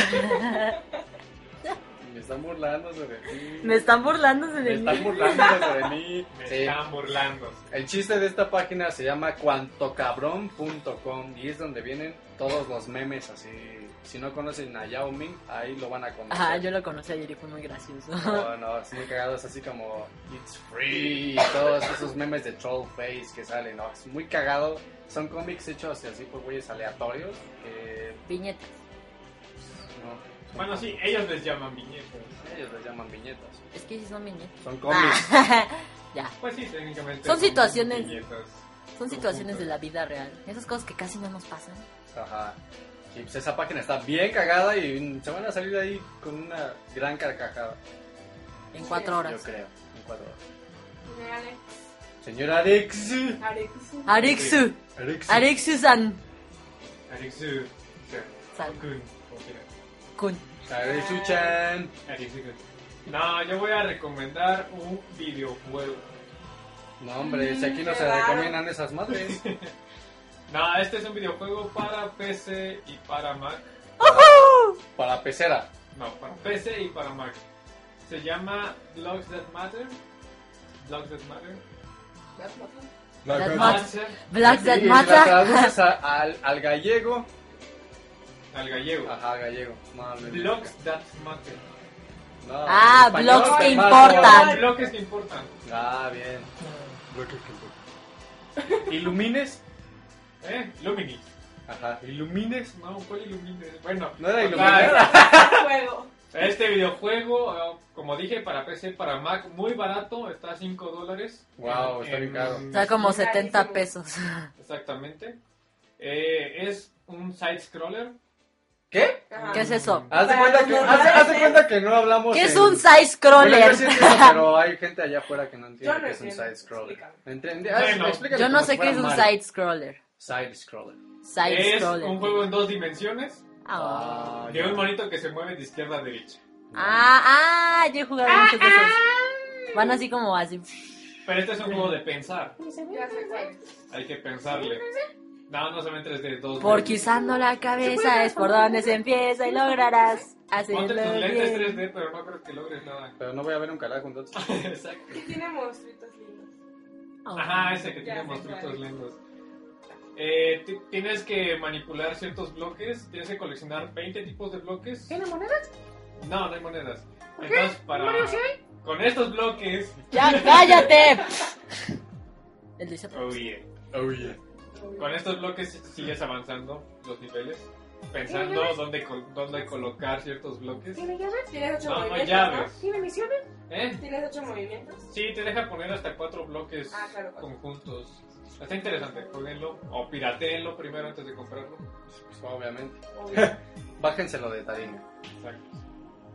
Speaker 1: Me están burlando sobre mí.
Speaker 4: Me están burlando
Speaker 1: Me
Speaker 4: de
Speaker 1: están
Speaker 4: mí.
Speaker 1: burlando sobre mí.
Speaker 3: Me
Speaker 1: Sí.
Speaker 3: están burlando.
Speaker 1: El chiste de esta página se llama cuantocabrón.com y es donde vienen todos los memes así. Si no conocen a Yao Ming, ahí lo van a conocer.
Speaker 4: Ajá, yo lo conocí ayer y fue muy gracioso.
Speaker 1: No, no, es muy cagado, es así como It's free, y todos esos memes de troll face que salen, no, es muy cagado. Son cómics hechos así por güeyes aleatorios que
Speaker 4: Viñetas.
Speaker 1: no,
Speaker 3: Bueno, sí, ellos les llaman viñetas.
Speaker 1: ellos les llaman viñetas.
Speaker 4: Es que sí son viñetas.
Speaker 1: Son cómics.
Speaker 4: ya,
Speaker 3: Pues sí, técnicamente.
Speaker 4: Son situaciones.
Speaker 3: viñetas.
Speaker 4: son situaciones de la vida real. Esas cosas que casi no nos pasan.
Speaker 1: Ajá. Y pues esa página está bien cagada y se van a salir de ahí con una gran carcajada,
Speaker 4: En cuatro
Speaker 1: yo
Speaker 4: horas.
Speaker 1: creo. en cuatro horas.
Speaker 2: Me vale.
Speaker 1: Señora Arix.
Speaker 2: Arexu.
Speaker 4: Ah. Arixu.
Speaker 1: Arix.
Speaker 4: Arixu-san.
Speaker 3: Arixu.
Speaker 4: San.
Speaker 3: Kun, como quieras.
Speaker 4: Kun.
Speaker 1: Arixu-chan.
Speaker 3: Arixu Kun. No, yo voy a recomendar un videojuego.
Speaker 1: No, hombre, si aquí no
Speaker 2: Mm,
Speaker 1: se
Speaker 2: qué raro.
Speaker 1: recomiendan esas madres.
Speaker 3: No, este es un videojuego para PC y para Mac.
Speaker 1: Para pecera.
Speaker 3: No, para PC y para Mac. Se llama Blogs That Matter. Blogs That Matter.
Speaker 4: Las
Speaker 1: Black-
Speaker 4: Mat-
Speaker 3: Matter
Speaker 4: Black that
Speaker 1: Sí, la
Speaker 4: mata.
Speaker 1: traduces a- al, al gallego.
Speaker 3: al gallego.
Speaker 1: Ajá, al gallego. Madre mía.
Speaker 3: Blogs That Matter.
Speaker 1: No,
Speaker 4: Ah,
Speaker 1: en español,
Speaker 4: blogs que
Speaker 1: ¿qué pasa?
Speaker 4: importan. Tan.
Speaker 3: Bloques que importan.
Speaker 1: Ah, bien. Bloques que importan. Ilumines.
Speaker 3: ¿Eh? Luminis.
Speaker 1: Ajá, ilumines.
Speaker 3: No, ¿cuál Illuminis? Bueno.
Speaker 1: No era
Speaker 3: total,
Speaker 1: iluminar.
Speaker 2: Juego.
Speaker 3: Este videojuego, eh, como dije, para PC, para Mac, muy barato, está a 5 dólares.
Speaker 1: Wow, está bien caro.
Speaker 4: Está como 70 pesos.
Speaker 3: Exactamente. Eh, es un side-scroller.
Speaker 1: ¿Qué?
Speaker 2: Ajá.
Speaker 4: ¿Qué es eso?
Speaker 1: Haz de cuenta que,
Speaker 2: Para
Speaker 1: haz,
Speaker 2: los
Speaker 1: haz de cuenta que no hablamos.
Speaker 4: ¿Qué es
Speaker 1: en-
Speaker 4: un side
Speaker 1: Bueno, yo sí
Speaker 4: scroller?
Speaker 1: entiendo, pero hay gente allá afuera que no entiende
Speaker 2: Yo no
Speaker 1: qué es un side
Speaker 2: entiendo.
Speaker 1: scroller.
Speaker 2: Explícame.
Speaker 1: ¿Entendí? Ah,
Speaker 3: Bueno.
Speaker 1: explícale
Speaker 4: Yo no
Speaker 1: como
Speaker 4: sé
Speaker 1: si
Speaker 4: qué es
Speaker 1: fuera
Speaker 4: un
Speaker 1: Mario.
Speaker 4: side scroller.
Speaker 1: Side scroller.
Speaker 4: Side
Speaker 3: es
Speaker 4: scroller.
Speaker 3: un juego en dos dimensiones
Speaker 4: Ah,
Speaker 1: Ah,
Speaker 3: de
Speaker 1: ya.
Speaker 3: un monito que se mueve de izquierda a derecha.
Speaker 4: ah, ah, yo he jugado muchos de esos. Van así como así.
Speaker 3: Pero este es un juego de pensar.
Speaker 2: Ya sé cuál es.
Speaker 3: Hay que pensarle. No, no se ve en 3D, 2D.
Speaker 4: Porque usando la cabeza es por donde se empieza y lograrás hacerlo
Speaker 3: Ponte tus lentes
Speaker 4: bien.
Speaker 3: 3D, pero no creo que logres nada.
Speaker 1: Pero no voy a ver un pues, carajo entonces.
Speaker 3: Exacto.
Speaker 2: Que tiene monstruitos lindos.
Speaker 3: Ajá, ese que
Speaker 2: Ah, Ya
Speaker 3: tiene
Speaker 2: sé cuál
Speaker 3: monstruitos
Speaker 2: es.
Speaker 3: lentos. Eh, ti- tienes que manipular ciertos bloques, tienes que coleccionar 20 tipos de bloques.
Speaker 2: ¿Tiene monedas?
Speaker 3: No, no hay monedas. Entonces, para... Con estos bloques...
Speaker 4: ¡Ya cállate! El de Shota.
Speaker 3: Oh, yeah.
Speaker 1: Oh, yeah.
Speaker 3: Con estos bloques sigues avanzando los niveles, pensando dónde, col- dónde colocar ciertos bloques.
Speaker 2: ¿Tiene llaves? Tienes ocho
Speaker 3: No, no hay
Speaker 2: movimientos.
Speaker 3: llaves.
Speaker 2: ¿no? ¿Tiene misiones?
Speaker 3: ¿Eh?
Speaker 2: Tienes ocho movimientos.
Speaker 3: Sí, te deja poner hasta cuatro bloques
Speaker 2: Ah, claro, cuatro.
Speaker 3: conjuntos. Está interesante, jueguenlo o pirateenlo primero antes de comprarlo.
Speaker 1: Pues, obviamente.
Speaker 2: Obvio.
Speaker 1: Bájenselo de tarima.
Speaker 3: Exacto.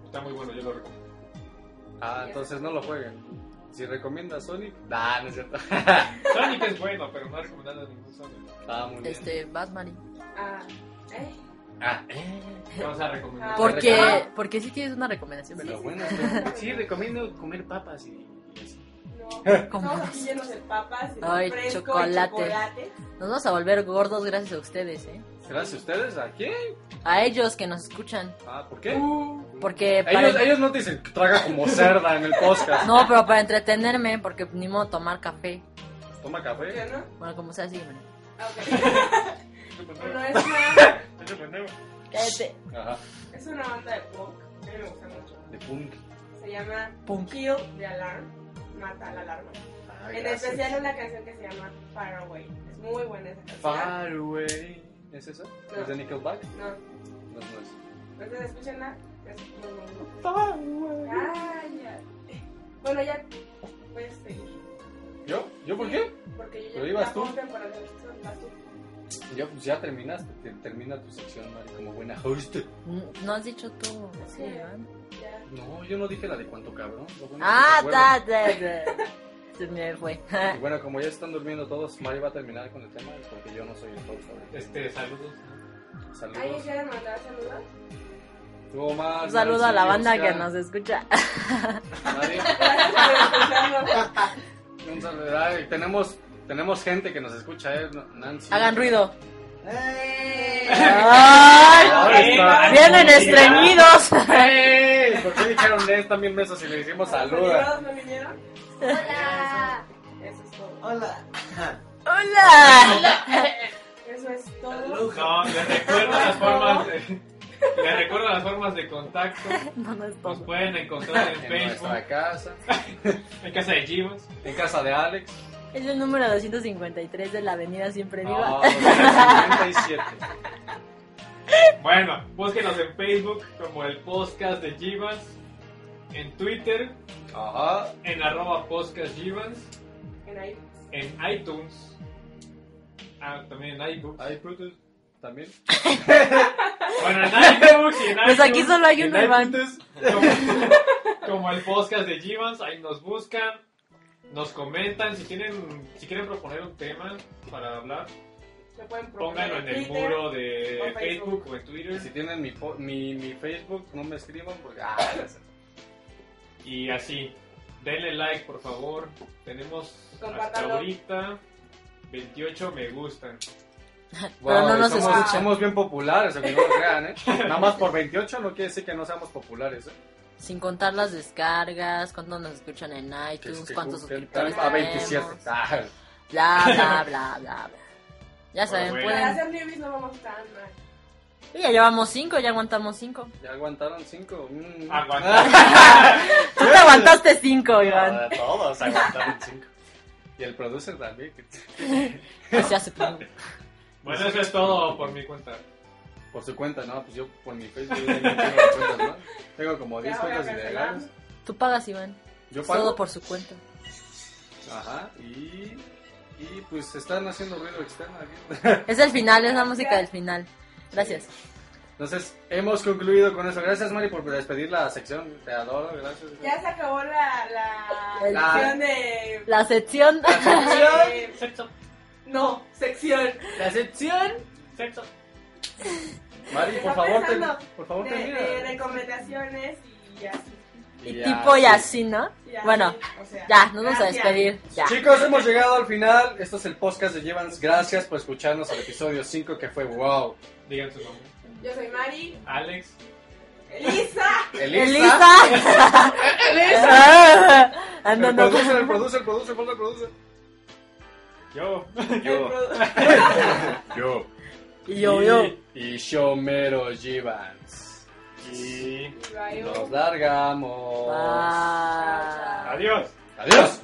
Speaker 3: Está muy bueno, yo lo recomiendo.
Speaker 1: Ah, entonces no lo jueguen. Si recomiendas Sonic, nah, no es cierto.
Speaker 3: Sonic es bueno, pero no recomendando ningún Sonic.
Speaker 1: Estaba muy bien.
Speaker 4: Este, Batman.
Speaker 2: Ah, ¿eh?
Speaker 1: Ah, eh,
Speaker 3: Vamos a recomendar.
Speaker 2: ¿Por
Speaker 4: Porque,
Speaker 1: qué?
Speaker 4: porque Ah, sí tienes una recomendación,
Speaker 1: pero
Speaker 4: ¿verdad?
Speaker 1: bueno, sí, sí, recomiendo comer papas y, y así.
Speaker 2: No,
Speaker 4: ¿Cómo
Speaker 2: estamos aquí
Speaker 4: vas?
Speaker 2: llenos de papas, de
Speaker 4: Ay,
Speaker 2: fresco y
Speaker 4: chocolate.
Speaker 2: chocolate.
Speaker 4: Nos vamos a volver gordos gracias a ustedes, ¿eh?
Speaker 1: Gracias a ustedes, ¿a quién?
Speaker 4: A ellos que nos escuchan.
Speaker 1: Ah, ¿por qué?
Speaker 4: Porque para...
Speaker 1: Ellos, ellos no te dicen traga como cerda en el podcast.
Speaker 4: No, pero para entretenerme, porque ni modo tomar café.
Speaker 1: Toma
Speaker 2: Yo
Speaker 1: café.
Speaker 2: no.
Speaker 4: Bueno, como sea, sígueme.
Speaker 2: Ah, ok. Bueno, es una,
Speaker 4: Cállate.
Speaker 1: Ajá,
Speaker 2: es una banda de punk. A mí me gusta mucho.
Speaker 1: de punk.
Speaker 2: Se llama
Speaker 4: Punk.
Speaker 2: Kill the Alarm. Mata la alarma.
Speaker 1: Ah,
Speaker 2: En
Speaker 1: gracias.
Speaker 2: especial una canción que se llama Far Away. Es muy buena esa canción.
Speaker 1: Far away. ¿Es eso?
Speaker 2: No.
Speaker 1: ¿Es de Nickelback?
Speaker 2: No,
Speaker 1: No, no es.
Speaker 2: entonces escúchenla. Es muy buena. Cállate. Bueno, ya puedes seguir.
Speaker 1: ¿Yo? ¿Yo por qué?
Speaker 2: Porque yo
Speaker 1: Pero
Speaker 2: ya
Speaker 1: ibas
Speaker 2: ya
Speaker 1: tú.
Speaker 2: pongo temporada, entonces vas tú.
Speaker 1: Yo, pues ya terminaste. te- termina tu sección, Mari, como buena host.
Speaker 4: No has dicho tú. Sí, ¿verdad?
Speaker 2: Ya.
Speaker 1: No, yo no dije la de cuánto cabrón. lo bueno
Speaker 4: Ah,
Speaker 1: es que se acuerdan.
Speaker 4: ta, ta, ta. Se me fue.
Speaker 1: Y bueno, como ya están durmiendo todos, Mari va a terminar con el tema porque yo no soy el host ahorita.
Speaker 3: Este, saludos.
Speaker 2: ¿Alguien
Speaker 1: Saludos.
Speaker 2: quiere mandar saludos?
Speaker 1: Tú, Omar,
Speaker 4: Un saludo a la
Speaker 1: Nancy,
Speaker 4: banda que
Speaker 1: Oscar,
Speaker 4: nos escucha.
Speaker 1: Mari.
Speaker 2: Gracias por escucharnos.
Speaker 1: Un saludo. Ay, tenemos, tenemos gente que nos escucha, eh, Nancy.
Speaker 4: Hagan ruido.
Speaker 1: Ahora
Speaker 4: ¡Ay!
Speaker 1: está.
Speaker 4: ¡Vienen estreñidos!
Speaker 1: ¡Ey! ¿Por qué dijeron es también besos si le decimos saluda?
Speaker 2: ¿Saludos no vinieron?
Speaker 7: Hola.
Speaker 2: Eso es todo.
Speaker 5: Hola.
Speaker 4: ¡Hola!
Speaker 2: Eso es todo.
Speaker 5: Saludos.
Speaker 3: No, les recuerdo las formas de... Les recuerdo las formas de contacto.
Speaker 4: No, no es
Speaker 3: Nos
Speaker 4: todo.
Speaker 3: pueden encontrar en
Speaker 1: En
Speaker 3: Facebook,
Speaker 1: nuestra casa,
Speaker 3: en casa de Chivas.
Speaker 1: en casa de Alex.
Speaker 4: Es el número 253 de la avenida Siempre Viva.
Speaker 1: No, 57.
Speaker 3: Bueno, búsquenos en Facebook como el podcast de Givas, en Twitter,
Speaker 1: Ajá.
Speaker 3: en arroba podcast Givas,
Speaker 2: En ahí.
Speaker 3: en iTunes, ah, también en iBooks.
Speaker 1: Ahí, Brutus, también.
Speaker 3: Bueno, en iBooks y en iTunes.
Speaker 4: Pues aquí solo hay
Speaker 1: En
Speaker 4: un
Speaker 1: ahí,
Speaker 4: hermano.
Speaker 1: Brutus.
Speaker 3: como, como el podcast de Givas, ahí nos buscan, nos comentan, si tienen, si quieren proponer un tema para hablar,
Speaker 2: Se pueden proponer
Speaker 3: pónganlo en el
Speaker 2: Twitter.
Speaker 3: muro de
Speaker 2: o Facebook.
Speaker 3: Facebook o en
Speaker 1: Y Si
Speaker 3: Twitter
Speaker 1: tienen mi, fo- mi, mi Facebook, no me escriban porque. Ah, ya sé.
Speaker 3: y así. Denle like, por favor. Tenemos hasta
Speaker 2: Compártanlo.
Speaker 3: ahorita 28 me gustan.
Speaker 4: Pero no
Speaker 1: y
Speaker 4: nos
Speaker 1: somos,
Speaker 4: escuchan.
Speaker 1: Somos bien populares, aunque no lo crean, ¿eh? Nada más por 28 no quiere decir que no seamos populares, ¿eh?
Speaker 4: Sin contar las descargas, cuántos nos escuchan en
Speaker 1: Que-
Speaker 2: Pues,
Speaker 4: iTunes,
Speaker 1: que-
Speaker 4: cuántos
Speaker 1: que-
Speaker 4: suscriptores
Speaker 1: A 27.
Speaker 4: tenemos.
Speaker 1: Ah,
Speaker 4: Bla, bla, bla, bla, bla. Ya saben,
Speaker 3: Bueno,
Speaker 2: Para
Speaker 4: pueden...
Speaker 2: hacer newbies no vamos tan mal.
Speaker 4: Y ya llevamos cinco, ya aguantamos cinco.
Speaker 1: ya aguantaron mm. 5.
Speaker 3: Aguantaron.
Speaker 4: Tú te aguantaste cinco, Iván.
Speaker 1: Todos, todos aguantaron 5. Y el producer también. que-
Speaker 4: Así hace pum.
Speaker 3: Bueno, eso es todo por mi cuenta.
Speaker 1: Por su cuenta, no, pues yo por mi Facebook yo tengo, un chingo de cuentas, ¿no? Tengo como
Speaker 2: Ya
Speaker 1: 10
Speaker 2: voy a
Speaker 1: cuentas
Speaker 2: cancelar.
Speaker 1: ilegales.
Speaker 4: Tú pagas, Iván.
Speaker 1: Yo
Speaker 4: Todo
Speaker 1: pago.
Speaker 4: por su cuenta.
Speaker 1: Ajá, y. Y pues están haciendo ruido externo aquí.
Speaker 4: Es el final, es la música del final. Gracias.
Speaker 1: Entonces, hemos concluido con eso. Gracias, Mari, por despedir la sección. Te adoro, gracias.
Speaker 2: Ya se acabó la, la
Speaker 4: El-
Speaker 2: sección de...
Speaker 4: La sección.
Speaker 2: de-
Speaker 3: Sexo,
Speaker 2: No, sección.
Speaker 1: La sección.
Speaker 3: sexo.
Speaker 1: Mari, por
Speaker 2: Está
Speaker 1: favor, te,
Speaker 2: pensando
Speaker 1: por favor,
Speaker 2: de,
Speaker 1: termina.
Speaker 2: de recomendaciones y así.
Speaker 4: Y tipo y
Speaker 1: sí.
Speaker 4: así, ¿no?
Speaker 2: y así,
Speaker 4: Bueno,
Speaker 2: o sea,
Speaker 4: ya, nos vamos a
Speaker 2: gracias.
Speaker 4: despedir. Ya.
Speaker 1: Chicos, hemos llegado al final. Esto es el podcast de Llevans. Gracias por escucharnos al episodio 5 que fue wow.
Speaker 3: Digan su nombre.
Speaker 2: Yo soy Mari,
Speaker 3: Alex.
Speaker 2: Elisa,
Speaker 1: Elisa.
Speaker 4: Elisa. Elisa.
Speaker 1: El
Speaker 4: Andando.
Speaker 1: producer, el producer, el producer, el producer.
Speaker 3: Yo.
Speaker 2: el
Speaker 6: Yo,
Speaker 2: produ-
Speaker 1: Yo.
Speaker 4: Y yo, yo.
Speaker 1: Y Shomero Givans.
Speaker 3: Y...
Speaker 2: y Bayo.
Speaker 4: 哦
Speaker 1: Nos largamos.
Speaker 4: Bye.
Speaker 3: Adiós.
Speaker 1: Adiós.